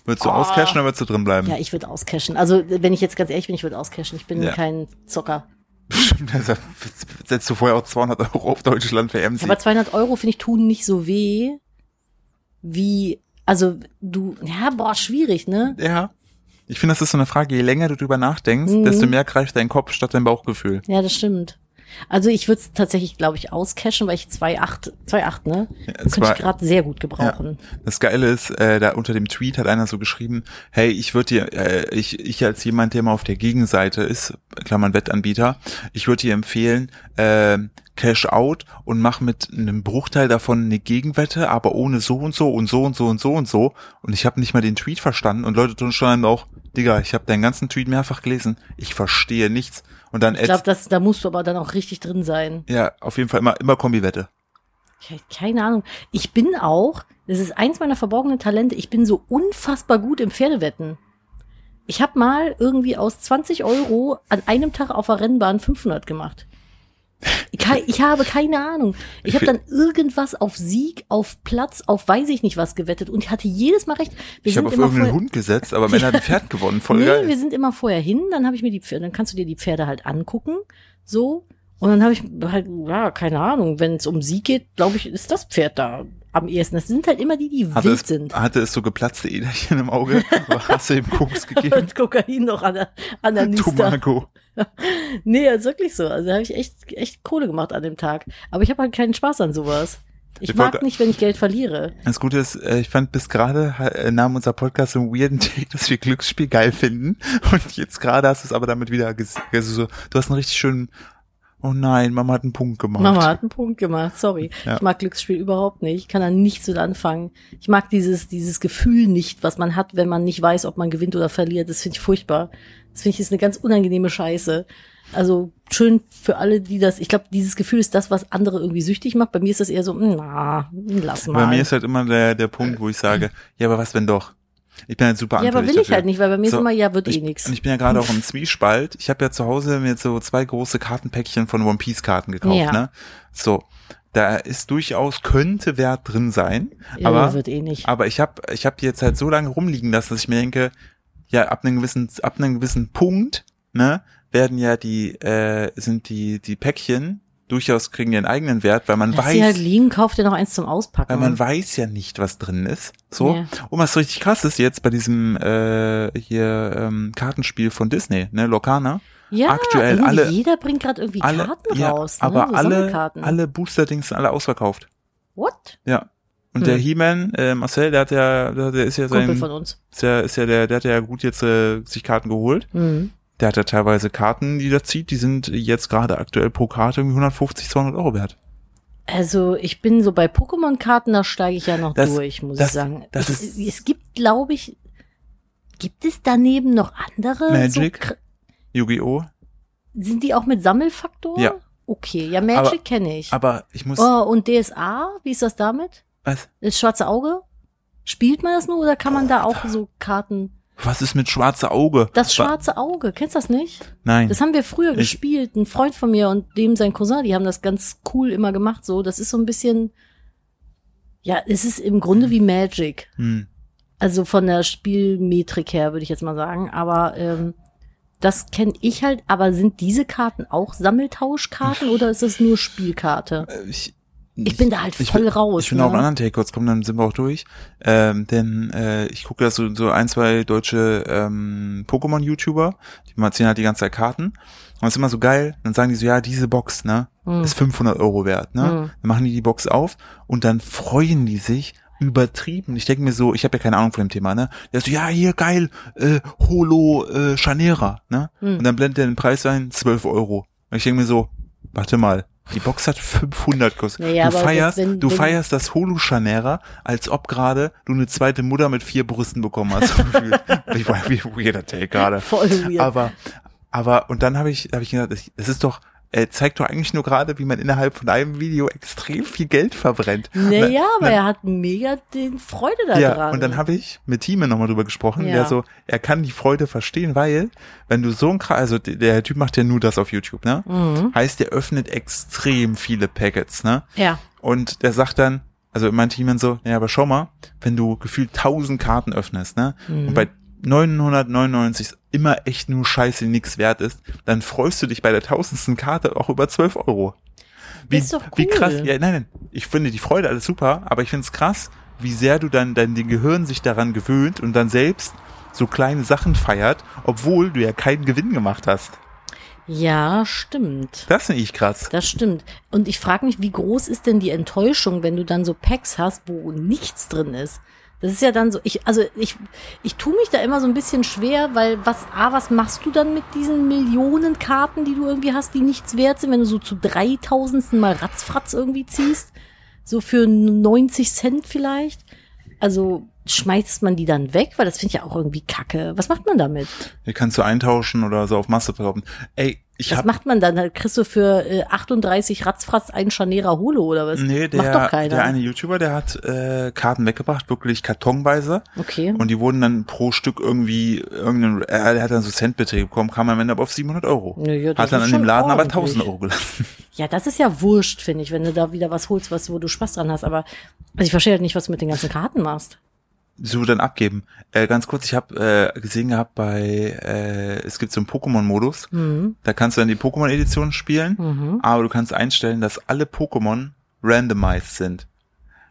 Speaker 1: Würdest du
Speaker 2: Ah.
Speaker 1: auscashen oder würdest du drin bleiben?
Speaker 2: ja, ich würde auscashen. Also, wenn ich jetzt ganz ehrlich bin, ich würde auscashen. Ich bin
Speaker 1: Hm. Ja.
Speaker 2: kein Zocker.
Speaker 1: Bestimmt. Also, setzt du vorher auch 200 Euro auf Deutschland für MC.
Speaker 2: Aber 200 Euro, finde ich, tun nicht so weh, wie, also, du, ja, boah, schwierig, ne?
Speaker 1: Ja. Ich finde, das ist so eine Frage, je länger du drüber nachdenkst,
Speaker 2: Mhm.
Speaker 1: desto mehr greift dein Kopf statt dein Bauchgefühl.
Speaker 2: Ja, das stimmt. Also ich würde es tatsächlich, glaube ich, auscashen, weil ich 2,8, 2,8, ne?
Speaker 1: es
Speaker 2: Könnte
Speaker 1: war-
Speaker 2: ich gerade sehr gut gebrauchen.
Speaker 1: Das Geile ist, äh, da unter dem Tweet hat einer so geschrieben, hey, ich würde dir, äh, ich, ich als jemand, der mal auf der Gegenseite ist, Klammern Wettanbieter, ich würde dir empfehlen, äh, Cash out und mach mit einem Bruchteil davon eine Gegenwette, aber ohne so und so und so und so und so und so. Und ich habe nicht mal den Tweet verstanden und Leute tun schon auch, Digga, ich habe deinen ganzen Tweet mehrfach gelesen, ich verstehe nichts. Und dann
Speaker 2: Ich glaube,
Speaker 1: adds-
Speaker 2: das- da musst du aber dann auch richtig drin sein.
Speaker 1: ja, auf jeden Fall immer, immer Kombi-Wette.
Speaker 2: Ich hab keine Ahnung. Ich bin auch, das ist eins meiner verborgenen Talente, ich bin so unfassbar gut im Pferdewetten. Ich habe mal irgendwie aus 20 Euro an einem Tag auf der Rennbahn 500 gemacht. Ke- Ich habe keine Ahnung. Ich habe dann irgendwas auf Sieg, auf Platz, auf weiß ich nicht was gewettet und ich hatte jedes Mal recht. Wir
Speaker 1: Ich habe auf
Speaker 2: immer
Speaker 1: irgendeinen
Speaker 2: vorher-
Speaker 1: Hund gesetzt, aber am Ende hat ein Pferd gewonnen. Voll
Speaker 2: [LAUGHS] nee,
Speaker 1: geil.
Speaker 2: wir sind immer vorher hin, dann habe ich mir die Pferde, dann kannst du dir die Pferde halt angucken, so. Und dann habe ich halt, ja, keine Ahnung, wenn es um Sieg geht, glaube ich, ist das Pferd da am ehesten. Das sind halt immer die, die
Speaker 1: Hatte
Speaker 2: wild
Speaker 1: Also es, [LAUGHS]
Speaker 2: sind.
Speaker 1: hatte es so geplatzte Äderchen im
Speaker 2: [LAUGHS]
Speaker 1: Auge? Oder hast du ihm Koks gegeben?
Speaker 2: Und Kokain noch an der, an der Nista.
Speaker 1: Tomago.
Speaker 2: Nee, ist wirklich so. Also da habe ich echt, echt Kohle gemacht an dem Tag. Aber ich habe halt keinen Spaß an sowas. Ich,
Speaker 1: Ich
Speaker 2: mag
Speaker 1: wollte-
Speaker 2: nicht, wenn ich Geld verliere.
Speaker 1: Das Gute ist, äh, ich fand bis gerade äh, nahm unser Podcast so einen weirden Take, dass wir Glücksspiel geil finden. Und jetzt gerade hast du es aber damit wieder ges- also so, du hast einen richtig schönen, oh nein, Mama hat einen Punkt gemacht.
Speaker 2: Mama hat einen Punkt gemacht, sorry.
Speaker 1: Ja.
Speaker 2: Ich mag Glücksspiel überhaupt nicht. Ich kann da nichts mit anfangen. Ich mag dieses, dieses Gefühl nicht, was man hat, wenn man nicht weiß, ob man gewinnt oder verliert. Das finde ich furchtbar. Das finde ich ist eine ganz unangenehme Scheiße. Also schön für alle, die das. Ich glaube, dieses Gefühl ist das, was andere irgendwie süchtig macht. Bei mir ist das eher so, "Mm, na, lass mal.
Speaker 1: Bei mir ist halt immer der, der Punkt, wo ich sage, ja, aber was wenn doch? Ich bin halt super
Speaker 2: ja, aber
Speaker 1: anfällig
Speaker 2: will ich
Speaker 1: dafür.
Speaker 2: halt nicht, weil bei mir
Speaker 1: So,
Speaker 2: ist immer, ja, wird eh
Speaker 1: Ich,
Speaker 2: nix.
Speaker 1: und ich bin ja gerade auch im Zwiespalt. Ich habe ja zu Hause mir so zwei große Kartenpäckchen von One Piece Karten gekauft.
Speaker 2: Ja.
Speaker 1: Ne? So, da ist durchaus könnte Wert drin sein,
Speaker 2: Ja,
Speaker 1: aber
Speaker 2: wird eh nicht.
Speaker 1: aber ich habe ich habe die jetzt halt so lange rumliegen lassen, dass ich mir denke, ja ab einem gewissen ab einem gewissen Punkt ne werden ja die äh, sind die die Päckchen durchaus kriegen ihren eigenen Wert, weil man
Speaker 2: Lass
Speaker 1: weiß
Speaker 2: sie halt liegen, kauf dir noch eins zum Auspacken.
Speaker 1: weil man weiß ja nicht, was drin ist. So.
Speaker 2: Ja.
Speaker 1: Und was richtig krass ist jetzt bei diesem äh, hier ähm, Kartenspiel von Disney, ne, Locana.
Speaker 2: ja,
Speaker 1: aktuell
Speaker 2: irgendwie
Speaker 1: alle-
Speaker 2: jeder bringt gerade irgendwie
Speaker 1: Alle,
Speaker 2: Karten
Speaker 1: ja,
Speaker 2: raus.
Speaker 1: aber
Speaker 2: ne? so
Speaker 1: alle,
Speaker 2: Sammelkarten.
Speaker 1: alle Booster-Dings sind alle ausverkauft.
Speaker 2: What?
Speaker 1: Ja. Und
Speaker 2: Hm.
Speaker 1: der He-Man, äh, Marcel, der hat ja, der, der ist ja
Speaker 2: Kumpel
Speaker 1: sein,
Speaker 2: von uns.
Speaker 1: ist ja, ist ja der, der hat ja gut jetzt äh, sich Karten geholt.
Speaker 2: Mhm.
Speaker 1: Der hat ja teilweise Karten, die da zieht, die sind jetzt gerade aktuell pro Karte irgendwie 150, 200 Euro wert.
Speaker 2: Also ich bin so bei Pokémon-Karten, da steige ich ja noch
Speaker 1: Das-
Speaker 2: durch, muss
Speaker 1: das-
Speaker 2: ich sagen.
Speaker 1: das ist-
Speaker 2: ich, es gibt, glaube ich, gibt es daneben noch andere?
Speaker 1: Magic?
Speaker 2: So, kr-
Speaker 1: Yu-Gi-Oh!
Speaker 2: sind die auch mit Sammelfaktor?
Speaker 1: Ja.
Speaker 2: Okay, ja,
Speaker 1: Aber-
Speaker 2: Magic kenne ich.
Speaker 1: Aber ich muss,
Speaker 2: Oh, und DSA, wie ist das damit?
Speaker 1: was,
Speaker 2: Das schwarze Auge? Spielt man das nur oder kann man da auch so Karten?
Speaker 1: was ist mit schwarze Auge?
Speaker 2: Das
Speaker 1: Wa-
Speaker 2: schwarze Auge, kennst du das nicht?
Speaker 1: Nein.
Speaker 2: Das haben wir früher
Speaker 1: Hm. Ich-
Speaker 2: gespielt. Ein Freund von mir und dem sein Cousin, die haben das ganz cool immer gemacht. So, das ist so ein bisschen, ja, es ist im Grunde wie Magic.
Speaker 1: hm.
Speaker 2: Also von der Spielmetrik her, würde ich jetzt mal sagen. Aber ähm, das kenne ich halt. Aber sind diese Karten auch Sammeltauschkarten
Speaker 1: Hm.
Speaker 2: oder ist das nur Spielkarte?
Speaker 1: Äh, Ich,
Speaker 2: Ich bin da halt
Speaker 1: ich
Speaker 2: voll
Speaker 1: bin-
Speaker 2: raus.
Speaker 1: Ich bin
Speaker 2: ne?
Speaker 1: auf einen anderen Take kurz kommen, dann sind wir auch durch. Ähm, denn äh, ich gucke ja so, so ein, zwei deutsche ähm, Pokémon-YouTuber, die erzählen halt die ganze Zeit Karten. Und es ist immer so geil, dann sagen die so, ja, diese Box, ne,
Speaker 2: Hm.
Speaker 1: ist 500 Euro wert, ne.
Speaker 2: Hm.
Speaker 1: Dann machen die die Box auf und dann freuen die sich übertrieben. Ich denke mir so, ich habe ja keine Ahnung von dem Thema, ne. Der so, ja, hier, geil, äh, Holo äh, Chanera, ne.
Speaker 2: Hm.
Speaker 1: Und dann blendet er den Preis ein, 12 Euro. Und ich denke mir so, warte mal, Die Box hat 500 gekostet. du
Speaker 2: Naja, aber das,
Speaker 1: feierst,
Speaker 2: wenn-
Speaker 1: du
Speaker 2: wenn-
Speaker 1: feierst das Holuschanera, als ob gerade du eine zweite Mutter mit vier Brüsten bekommen hast.
Speaker 2: [LAUGHS]
Speaker 1: ich weiß, wie weirder Take gerade.
Speaker 2: [LAUGHS] Voll weird.
Speaker 1: Aber, aber, und dann habe ich, habe ich gedacht, ich- es ist doch, äh, zeigt doch eigentlich nur gerade, wie man innerhalb von einem Video extrem viel Geld verbrennt.
Speaker 2: naja, aber
Speaker 1: na-
Speaker 2: er hat mega den Freude daran.
Speaker 1: ne, Ja, und dann habe ich mit Thieme nochmal drüber gesprochen,
Speaker 2: Ja.
Speaker 1: der so, er kann die Freude verstehen, weil, wenn du so ein, Kra- also d- der Typ macht ja nur das auf YouTube, ne?
Speaker 2: Mhm.
Speaker 1: Heißt, der öffnet extrem viele Packets, ne?
Speaker 2: Ja.
Speaker 1: Und der sagt dann, also mein Team dann so, naja, aber schau mal, wenn du gefühlt 1000 Karten öffnest, ne?
Speaker 2: Mhm.
Speaker 1: Und bei 999 ist immer echt nur Scheiße, die nix wert ist, dann freust du dich bei der tausendsten Karte auch über 12 Euro. Wie,
Speaker 2: Ist doch
Speaker 1: wie
Speaker 2: cool.
Speaker 1: krass, ja, nein, nein, ich finde die Freude alles super, aber ich finde es krass, wie sehr du dann dein dein Gehirn sich daran gewöhnt und dann selbst so kleine Sachen feiert, obwohl du ja keinen Gewinn gemacht hast.
Speaker 2: Ja, stimmt.
Speaker 1: Das finde ich krass.
Speaker 2: Das stimmt. Und ich frage mich, wie groß ist denn die Enttäuschung, wenn du dann so Packs hast, wo nichts drin ist? Das ist ja dann so, ich, also ich, ich tue mich da immer so ein bisschen schwer, weil was, A, was machst du dann mit diesen Millionen Karten, die du irgendwie hast, die nichts wert sind, wenn du so zu 3000. Mal ratzfratz irgendwie ziehst? So für 90 Cent vielleicht? Also schmeißt man die dann weg? Weil das finde ich ja auch irgendwie kacke. Was macht man damit?
Speaker 1: Die kannst du eintauschen oder so auf Masse verkaufen. Ey, ich
Speaker 2: Was
Speaker 1: hab
Speaker 2: macht man dann? Dann Kriegst du für äh, 38 Ratzfratz einen Schanera Holo oder was?
Speaker 1: Nee, der,
Speaker 2: macht doch keiner.
Speaker 1: der eine YouTuber, der hat äh, Karten weggebracht, wirklich kartonweise.
Speaker 2: okay.
Speaker 1: Und die wurden dann pro Stück irgendwie, irgendein, äh, der hat dann so Centbeträge bekommen, kam am Ende aber auf 700 Euro.
Speaker 2: Ja, ja, das
Speaker 1: hat dann
Speaker 2: ist
Speaker 1: an dem
Speaker 2: schon
Speaker 1: Laden aber
Speaker 2: ordentlich.
Speaker 1: 1000 Euro gelassen. [LAUGHS]
Speaker 2: Ja, das ist ja wurscht, finde ich, wenn du da wieder was holst, was, wo du Spaß dran hast. Aber also ich verstehe halt nicht, was du mit den ganzen Karten machst.
Speaker 1: So, dann abgeben. Äh, ganz kurz, ich habe äh, gesehen gehabt bei, äh, es gibt so einen Pokémon-Modus,
Speaker 2: Mhm.
Speaker 1: da kannst du dann die Pokémon-Edition spielen,
Speaker 2: Mhm.
Speaker 1: aber du kannst einstellen, dass alle Pokémon randomized sind.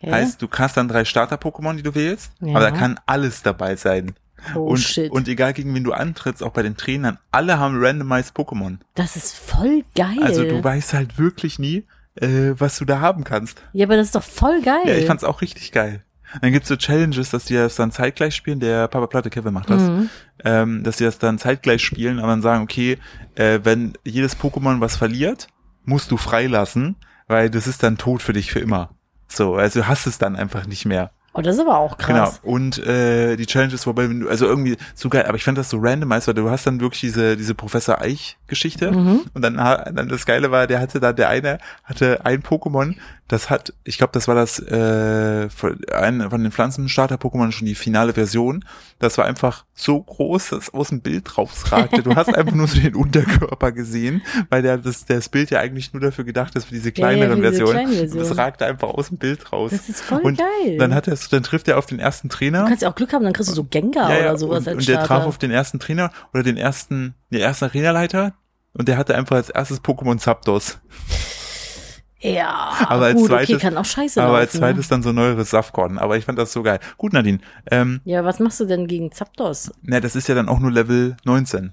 Speaker 2: Hä?
Speaker 1: Heißt, du hast dann drei Starter-Pokémon, die du wählst,
Speaker 2: Ja.
Speaker 1: aber da kann alles dabei sein.
Speaker 2: oh
Speaker 1: und,
Speaker 2: shit.
Speaker 1: und egal gegen wen du antrittst, auch bei den Trainern, alle haben randomized Pokémon.
Speaker 2: das ist voll geil.
Speaker 1: Also du weißt halt wirklich nie, äh, was du da haben kannst.
Speaker 2: ja, aber das ist doch voll geil.
Speaker 1: Ja, ich fand's auch richtig geil. Dann gibt's so Challenges, dass die das dann zeitgleich spielen. Der Papa Platte Kevin macht das.
Speaker 2: Mhm.
Speaker 1: Ähm, dass die das dann zeitgleich spielen und dann sagen, okay, äh, wenn jedes Pokémon was verliert, musst du freilassen, weil das ist dann tot für dich für immer. So, also du hast es dann einfach nicht mehr.
Speaker 2: Oh, das ist aber auch krass.
Speaker 1: Genau. Und äh, die Challenge ist vorbei, wenn du, also irgendwie so geil, aber ich fand das so randomized, weil du hast dann wirklich diese, diese Professor Eich-Geschichte.
Speaker 2: Mhm.
Speaker 1: Und dann, ha- dann das Geile war, der hatte da, der eine hatte ein Pokémon, das hat, ich glaube, das war das äh, von, ein, von den Pflanzenstarter-Pokémon schon die finale Version. Das war einfach so groß, dass aus dem Bild rausragte. Du hast einfach nur so den Unterkörper gesehen, weil der, das, das Bild ja eigentlich nur dafür gedacht ist, für diese
Speaker 2: Ja, ja,
Speaker 1: kleineren
Speaker 2: für diese
Speaker 1: Versionen.
Speaker 2: kleinen
Speaker 1: Und das
Speaker 2: Versionen.
Speaker 1: ragte einfach aus dem Bild raus.
Speaker 2: Das ist voll
Speaker 1: und
Speaker 2: geil.
Speaker 1: Dann hat er so, dann trifft er auf den ersten
Speaker 2: Du
Speaker 1: Trainer.
Speaker 2: kannst ja auch Glück haben, dann kriegst du so Gengar Genau, oder sowas
Speaker 1: und,
Speaker 2: als
Speaker 1: und der
Speaker 2: Starter.
Speaker 1: traf auf den ersten Trainer oder den ersten, den ersten Arenaleiter und der hatte einfach als erstes Pokémon Zapdos.
Speaker 2: ja,
Speaker 1: Aber als
Speaker 2: gut, okay,
Speaker 1: zweites-
Speaker 2: kann auch scheiße
Speaker 1: Aber
Speaker 2: laufen, ne?
Speaker 1: als zweites dann so neueres Safkorn. Aber ich fand das so geil. Gut, Nadine. Ähm,
Speaker 2: Ne? Ja, was machst du denn gegen Zapdos?
Speaker 1: na, das ist ja dann auch nur Level 19.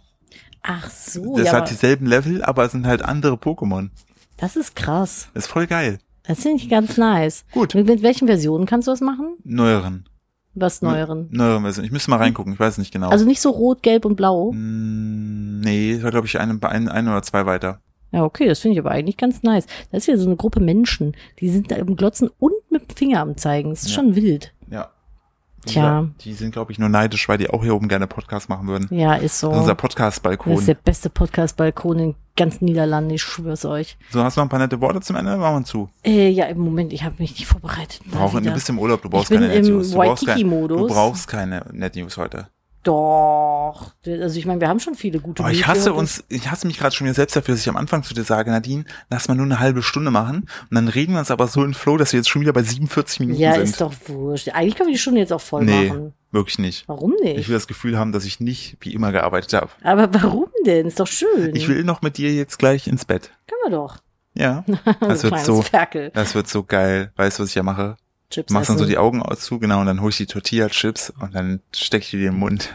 Speaker 2: Ach so,
Speaker 1: das
Speaker 2: Uh, ja,
Speaker 1: hat
Speaker 2: aber
Speaker 1: dieselben Level, aber es sind halt andere Pokémon.
Speaker 2: das ist krass.
Speaker 1: Ist voll geil.
Speaker 2: Das finde ich ganz nice.
Speaker 1: Gut.
Speaker 2: Mit, mit welchen Versionen kannst du das machen?
Speaker 1: Neueren.
Speaker 2: Was neueren?
Speaker 1: Neueren Version. Ich müsste mal reingucken, ich weiß nicht genau.
Speaker 2: Also nicht so rot, gelb und blau.
Speaker 1: Hm. Mm, nee, war glaube ich ein, ein, ein oder zwei weiter.
Speaker 2: Ja, okay, das finde ich aber eigentlich ganz nice. Da ist wieder so eine Gruppe Menschen, die sind da im Glotzen und mit dem Finger am Zeigen. Das ist
Speaker 1: Ja.
Speaker 2: schon wild.
Speaker 1: Ja.
Speaker 2: Tja.
Speaker 1: Die, die sind, glaube ich, nur neidisch, weil die auch hier oben gerne Podcast machen würden.
Speaker 2: Ja, ist so.
Speaker 1: Das ist unser
Speaker 2: Das ist der
Speaker 1: Podcast-Balkon.
Speaker 2: beste Podcast-Balkon in ganz Niederlanden, ich schwör's euch.
Speaker 1: So, hast du noch ein paar nette Worte zum Ende? Machen wir zu.
Speaker 2: Äh, ja, im Moment, ich habe mich nicht vorbereitet. Mal
Speaker 1: Brauch, du
Speaker 2: wieder.
Speaker 1: bist im Urlaub, du brauchst
Speaker 2: bin
Speaker 1: keine Net
Speaker 2: im
Speaker 1: News. Du brauchst, kein, du
Speaker 2: Waikiki-Modus.
Speaker 1: brauchst keine Net News heute.
Speaker 2: Doch. Also ich meine, wir haben schon viele gute
Speaker 1: Oh, ich
Speaker 2: News
Speaker 1: hasse
Speaker 2: gehört.
Speaker 1: uns, ich hasse mich gerade schon wieder selbst dafür, dass ich am Anfang zu dir sage, Nadine, lass mal nur eine halbe Stunde machen. Und dann reden wir uns aber so in Flow, dass wir jetzt schon wieder bei 47 Minuten
Speaker 2: Ja,
Speaker 1: sind.
Speaker 2: ist doch wurscht. Eigentlich können wir die Stunde jetzt auch voll
Speaker 1: nee,
Speaker 2: machen.
Speaker 1: wirklich nicht.
Speaker 2: Warum nicht?
Speaker 1: Ich will das Gefühl haben, dass ich nicht wie immer gearbeitet habe.
Speaker 2: aber warum denn? Ist doch schön.
Speaker 1: Ich will noch mit dir jetzt gleich ins Bett.
Speaker 2: Können wir doch. [LAUGHS]
Speaker 1: Ja, das wird
Speaker 2: Du Oh, kleines
Speaker 1: Also so,
Speaker 2: Ferkel.
Speaker 1: das wird so geil. Weißt du, was ich ja mache?
Speaker 2: Chips
Speaker 1: Du machst dann so
Speaker 2: essen.
Speaker 1: die Augen aus zu, genau, und dann hol ich die Tortilla-Chips und dann steck ich die dir in den Mund.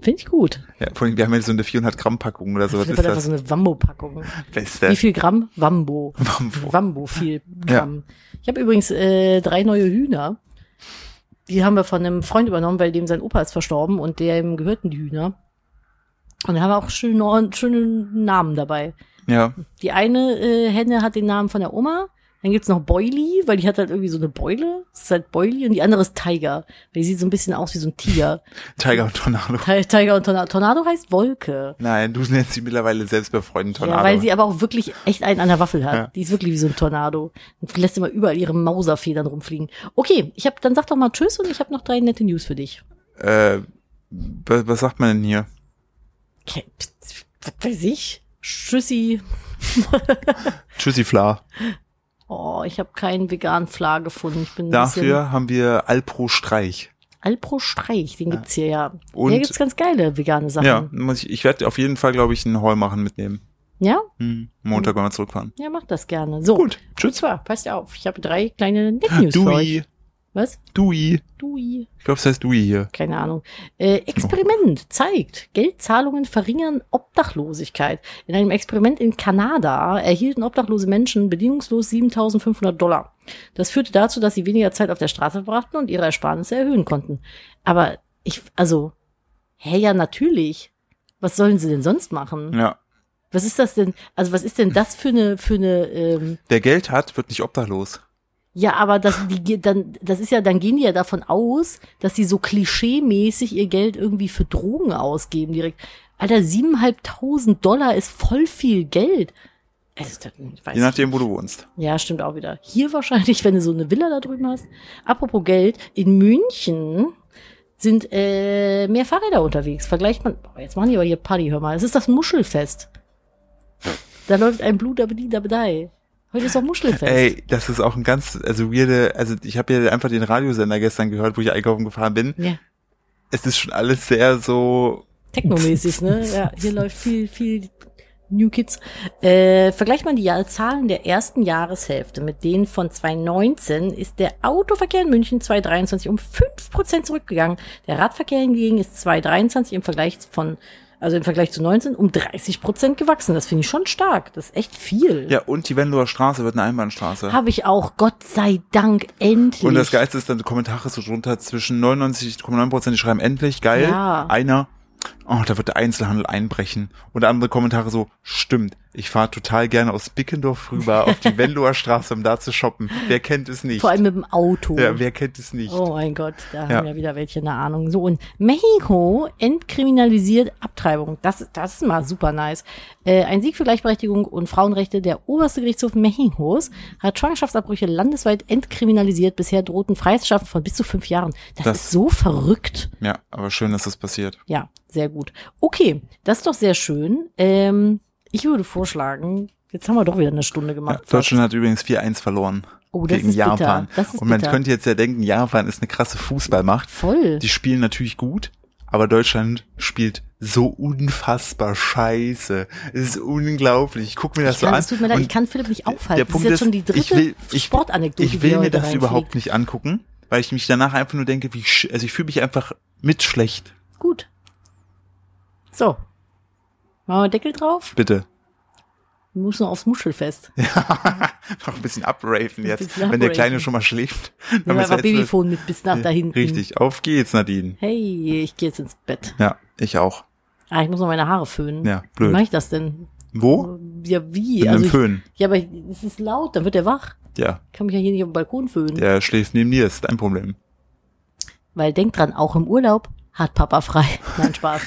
Speaker 2: Finde ich gut.
Speaker 1: Ja, vor allem, wir haben ja so eine 400 Gramm Packung oder so. Was
Speaker 2: Das ist
Speaker 1: ist
Speaker 2: aber einfach so
Speaker 1: das
Speaker 2: eine Wambo-Packung. Wie
Speaker 1: Beste?
Speaker 2: viel Gramm? Wambo.
Speaker 1: Wambo.
Speaker 2: Wambo, viel Gramm. Ich habe übrigens äh, drei neue Hühner. Die haben wir von einem Freund übernommen, weil dem sein Opa ist verstorben und dem gehörten die Hühner. Und da haben wir auch schöne, schöne Namen dabei.
Speaker 1: Ja.
Speaker 2: Die eine äh, Henne hat den Namen von der Oma. Dann gibt's noch Boily, weil die hat halt irgendwie so eine Beule. Das ist halt Boily. Und die andere ist Tiger. Weil die sieht so ein bisschen aus wie so ein Tiger.
Speaker 1: Tiger und Tornado.
Speaker 2: Ti- Tiger und Tornado. Tornado heißt Wolke.
Speaker 1: Nein, du nennst sie mittlerweile selbst bei Freunden Tornado.
Speaker 2: Ja, weil sie aber auch wirklich echt einen an der Waffel hat.
Speaker 1: Ja.
Speaker 2: Die ist wirklich wie so ein Tornado. Und lässt immer überall ihre Mauserfedern rumfliegen. Okay, ich hab, dann sag doch mal Tschüss und ich habe noch drei nette News für dich.
Speaker 1: äh, was, was sagt man denn hier?
Speaker 2: Okay, pst, was weiß ich? Tschüssi.
Speaker 1: Tschüssi Fla.
Speaker 2: Oh, ich habe keinen veganen Fla gefunden. Ich bin ein bisschen
Speaker 1: Dafür haben wir Alpro Streich.
Speaker 2: Alpro Streich, den gibt's hier ja.
Speaker 1: Und-
Speaker 2: hier gibt's ganz geile vegane Sachen.
Speaker 1: Ja, muss ich, ich werde auf jeden Fall, glaube ich, einen Haul machen mitnehmen.
Speaker 2: ja?
Speaker 1: Hm, Montag, wenn wir zurückfahren.
Speaker 2: Ja, mach das gerne. So,
Speaker 1: Gut,
Speaker 2: und
Speaker 1: tschüss.
Speaker 2: zwar, passt auf, ich habe drei kleine Net News für euch.
Speaker 1: Dui,
Speaker 2: Was?
Speaker 1: Dui.
Speaker 2: Dui.
Speaker 1: Ich glaube, es heißt Dui hier.
Speaker 2: Keine Ahnung. Äh, Experiment zeigt, Geldzahlungen verringern Obdachlosigkeit. In einem Experiment in Kanada erhielten obdachlose Menschen bedingungslos 7500 Dollar. Das führte dazu, dass sie weniger Zeit auf der Straße verbrachten und ihre Ersparnisse erhöhen konnten. Aber ich, also, hä, ja, natürlich. Was sollen sie denn sonst machen?
Speaker 1: Ja.
Speaker 2: Was ist das denn? Also, was ist denn das für eine, für eine, ähm,
Speaker 1: Der Geld hat, wird nicht obdachlos.
Speaker 2: Ja, aber das, die, ge- dann, das ist ja, dann gehen die ja davon aus, dass sie so klischeemäßig ihr Geld irgendwie für Drogen ausgeben direkt. Alter, siebeneinhalbtausend Dollar ist voll viel Geld. Also, das, ich weiß
Speaker 1: Je nachdem, wo du wohnst.
Speaker 2: ja, stimmt auch wieder. Hier wahrscheinlich, [LAUGHS] wenn du so eine Villa da drüben hast. Apropos Geld, in München sind äh, mehr Fahrräder unterwegs. Vergleicht man, boah, jetzt machen die aber hier Party, hör mal. Es ist das Muschelfest. Da läuft ein Blut, aber die, da bedei. Heute ist doch Muschelfest.
Speaker 1: Ey, das ist auch ein ganz, also weirde, also ich habe ja einfach den Radiosender gestern gehört, wo ich einkaufen gefahren bin.
Speaker 2: Ja.
Speaker 1: Es ist schon alles sehr so,
Speaker 2: Technomäßig, ne? Ja, hier läuft viel, viel New Kids. Äh, vergleicht man die Jahr- Zahlen der ersten Jahreshälfte mit denen von 2019, ist der Autoverkehr in München 2023 um 5% zurückgegangen. Der Radverkehr hingegen ist 2023 im Vergleich von, also im Vergleich zu 19 um 30% gewachsen. Das finde ich schon stark. Das ist echt viel.
Speaker 1: ja, und die Venloer Straße wird eine Einbahnstraße.
Speaker 2: Habe ich auch, Gott sei Dank, endlich.
Speaker 1: Und das Geilste ist dann, die Kommentare so drunter zwischen 99,9 Prozent, die schreiben endlich, geil.
Speaker 2: Ja.
Speaker 1: Einer, oh, da wird der Einzelhandel einbrechen. Und andere Kommentare so, stimmt, ich fahre total gerne aus Bickendorf rüber auf
Speaker 2: [LAUGHS]
Speaker 1: die Venloer Straße, um da zu shoppen. Wer kennt es nicht?
Speaker 2: Vor allem mit dem Auto.
Speaker 1: ja, wer kennt es nicht?
Speaker 2: Oh mein Gott, da
Speaker 1: Ja.
Speaker 2: haben ja wieder welche eine Ahnung. So, und Mexiko entkriminalisiert Abtreibung. Das, das ist mal super nice. Äh, ein Sieg für Gleichberechtigung und Frauenrechte. Der oberste Gerichtshof Mexikos hat Schwangerschaftsabbrüche landesweit entkriminalisiert. Bisher drohten Freiheitsstrafen von bis zu fünf Jahren. Das,
Speaker 1: Das-
Speaker 2: ist so verrückt.
Speaker 1: Ja, aber schön, dass das passiert.
Speaker 2: Ja, sehr gut. Okay, das ist doch sehr schön. Ähm, ich würde vorschlagen, jetzt haben wir doch wieder eine Stunde
Speaker 1: Ja,
Speaker 2: gemacht.
Speaker 1: Deutschland hat übrigens 4-1 verloren
Speaker 2: oh, das
Speaker 1: gegen
Speaker 2: ist bitter.
Speaker 1: Japan.
Speaker 2: Das ist
Speaker 1: Und man
Speaker 2: bitter.
Speaker 1: könnte jetzt ja denken, Japan ist eine krasse Fußballmacht.
Speaker 2: Voll.
Speaker 1: Die spielen natürlich gut, aber Deutschland spielt so unfassbar scheiße. Es ist unglaublich. Ich guck mir das
Speaker 2: Ich kann,
Speaker 1: so an.
Speaker 2: es tut mir leid,
Speaker 1: und
Speaker 2: ich kann Philipp nicht aufhalten.
Speaker 1: der
Speaker 2: das
Speaker 1: Punkt
Speaker 2: ist jetzt
Speaker 1: ist,
Speaker 2: schon die dritte
Speaker 1: ich will, ich,
Speaker 2: Sportanekdote.
Speaker 1: ich will
Speaker 2: die
Speaker 1: mir
Speaker 2: heute
Speaker 1: das
Speaker 2: reinfliegt.
Speaker 1: überhaupt nicht angucken, weil ich mich danach einfach nur denke, wie sch also ich fühle mich einfach mit schlecht.
Speaker 2: Gut. So. Machen wir Deckel drauf.
Speaker 1: Bitte. [LAUGHS]
Speaker 2: Wir müssen aufs Muschelfest.
Speaker 1: Noch ein bisschen upraven jetzt,
Speaker 2: bisschen
Speaker 1: wenn der Kleine
Speaker 2: upraven.
Speaker 1: schon mal schläft.
Speaker 2: Nehmen wir
Speaker 1: müssen
Speaker 2: einfach
Speaker 1: jetzt-
Speaker 2: Babyfon mit bis nach da hinten.
Speaker 1: Richtig. Auf geht's, Nadine.
Speaker 2: Hey, ich gehe jetzt ins Bett.
Speaker 1: Ja, ich auch.
Speaker 2: Ah, ich muss noch meine Haare föhnen.
Speaker 1: Ja,
Speaker 2: Wie
Speaker 1: blöd.
Speaker 2: mache ich das denn?
Speaker 1: Wo?
Speaker 2: Ja,
Speaker 1: Mit
Speaker 2: wie? Oh, Also
Speaker 1: einem
Speaker 2: ich,
Speaker 1: Föhn.
Speaker 2: ja, aber es ist laut, dann wird er wach.
Speaker 1: Ja,
Speaker 2: Ich kann mich ja hier nicht auf dem Balkon föhnen.
Speaker 1: der schläft neben dir, ist dein Problem.
Speaker 2: Weil denk dran, auch im Urlaub hat Papa frei. [LAUGHS] Nein, Spaß.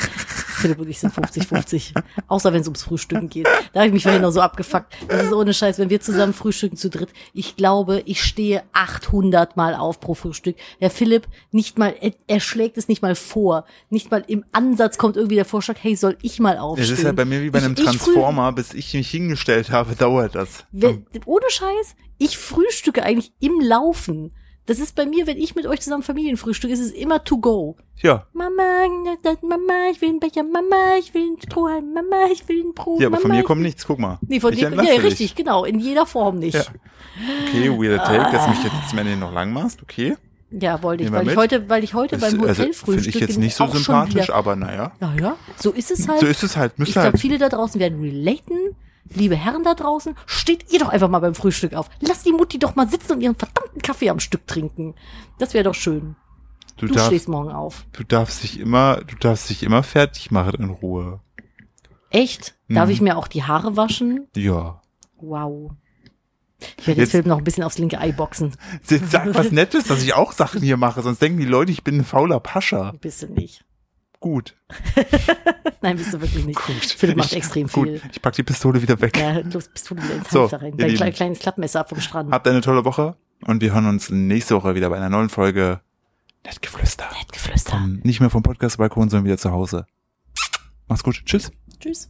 Speaker 2: Philipp und ich sind 50-50. Außer wenn es ums Frühstücken geht. Da habe ich mich vorhin noch so abgefuckt. Das ist ohne Scheiß, wenn wir zusammen frühstücken zu dritt. Ich glaube, ich stehe 800 Mal auf pro Frühstück. Der Philipp nicht mal, er, er schlägt es nicht mal vor. Nicht mal im Ansatz kommt irgendwie der Vorschlag, hey, soll ich mal aufstehen?
Speaker 1: Es ist halt bei mir wie bei
Speaker 2: Oh, Ich-
Speaker 1: einem
Speaker 2: ich früh-
Speaker 1: Transformer, bis ich mich hingestellt habe, dauert das.
Speaker 2: Wer- ohne Scheiß, ich frühstücke eigentlich im Laufen. Das ist bei mir, wenn ich mit euch zusammen Familienfrühstück, ist es immer to go.
Speaker 1: Ja,
Speaker 2: Mama, das- Mama, ich will einen Becher, Mama, ich will einen Strohhalm, Mama, ich will ein Brot,
Speaker 1: ja aber
Speaker 2: Oh, Mama.
Speaker 1: von mir
Speaker 2: ich-
Speaker 1: kommt nichts, guck mal.
Speaker 2: Nee, von
Speaker 1: ich
Speaker 2: dir kommt,
Speaker 1: entlasse
Speaker 2: ja,
Speaker 1: dich.
Speaker 2: richtig, Ah. genau, in jeder Form nicht.
Speaker 1: Ja.
Speaker 2: Ja,
Speaker 1: Okay, weirder Take, dass du mich jetzt zum Ende noch lang machst, okay.
Speaker 2: wollte ich,
Speaker 1: Nehmen wir
Speaker 2: weil ich
Speaker 1: mit.
Speaker 2: heute, weil ich heute beim
Speaker 1: Ist- also
Speaker 2: Hotelfrühstück
Speaker 1: Finde ich jetzt
Speaker 2: bin
Speaker 1: nicht so
Speaker 2: auch schon
Speaker 1: sympathisch,
Speaker 2: wieder-
Speaker 1: aber naja.
Speaker 2: Naja, so ist es halt.
Speaker 1: So ist es halt,
Speaker 2: ich
Speaker 1: müsste
Speaker 2: glaube,
Speaker 1: halt.
Speaker 2: viele da draußen werden relaten. Liebe Herren da draußen, steht ihr doch einfach mal beim Frühstück auf. Lasst die Mutti doch mal sitzen und ihren verdammten Kaffee am Stück trinken. Das wäre doch schön.
Speaker 1: Du
Speaker 2: Du,
Speaker 1: darfst,
Speaker 2: stehst morgen auf.
Speaker 1: du darfst dich immer, du darfst dich immer fertig machen in Ruhe.
Speaker 2: Echt? Darf
Speaker 1: Mhm.
Speaker 2: ich mir auch die Haare waschen?
Speaker 1: Ja.
Speaker 2: Wow. Ich werde den
Speaker 1: Jetzt-
Speaker 2: Film noch ein bisschen aufs linke Ei boxen.
Speaker 1: Jetzt Sag was Nettes, dass ich auch Sachen hier mache, sonst denken die Leute, ich bin ein fauler Pascha.
Speaker 2: Ein bisschen nicht. [LAUGHS]
Speaker 1: Gut.
Speaker 2: Nein, bist du wirklich nicht.
Speaker 1: Gut.
Speaker 2: Philipp macht
Speaker 1: Ich-
Speaker 2: extrem
Speaker 1: Gut,
Speaker 2: viel.
Speaker 1: ich pack die Pistole wieder weg.
Speaker 2: Ja, los, bist du wieder ins
Speaker 1: So,
Speaker 2: Hamster
Speaker 1: ihr
Speaker 2: rein. Dein
Speaker 1: Lieben.
Speaker 2: klein, kleines Klappmesser ab vom Strand.
Speaker 1: Habt eine tolle Woche und wir hören uns nächste Woche wieder bei einer neuen Folge Nettgeflüster.
Speaker 2: Nettgeflüster.
Speaker 1: Nicht mehr vom Podcast-Balkon, sondern wieder zu Hause. Macht's gut. Tschüss.
Speaker 2: Tschüss.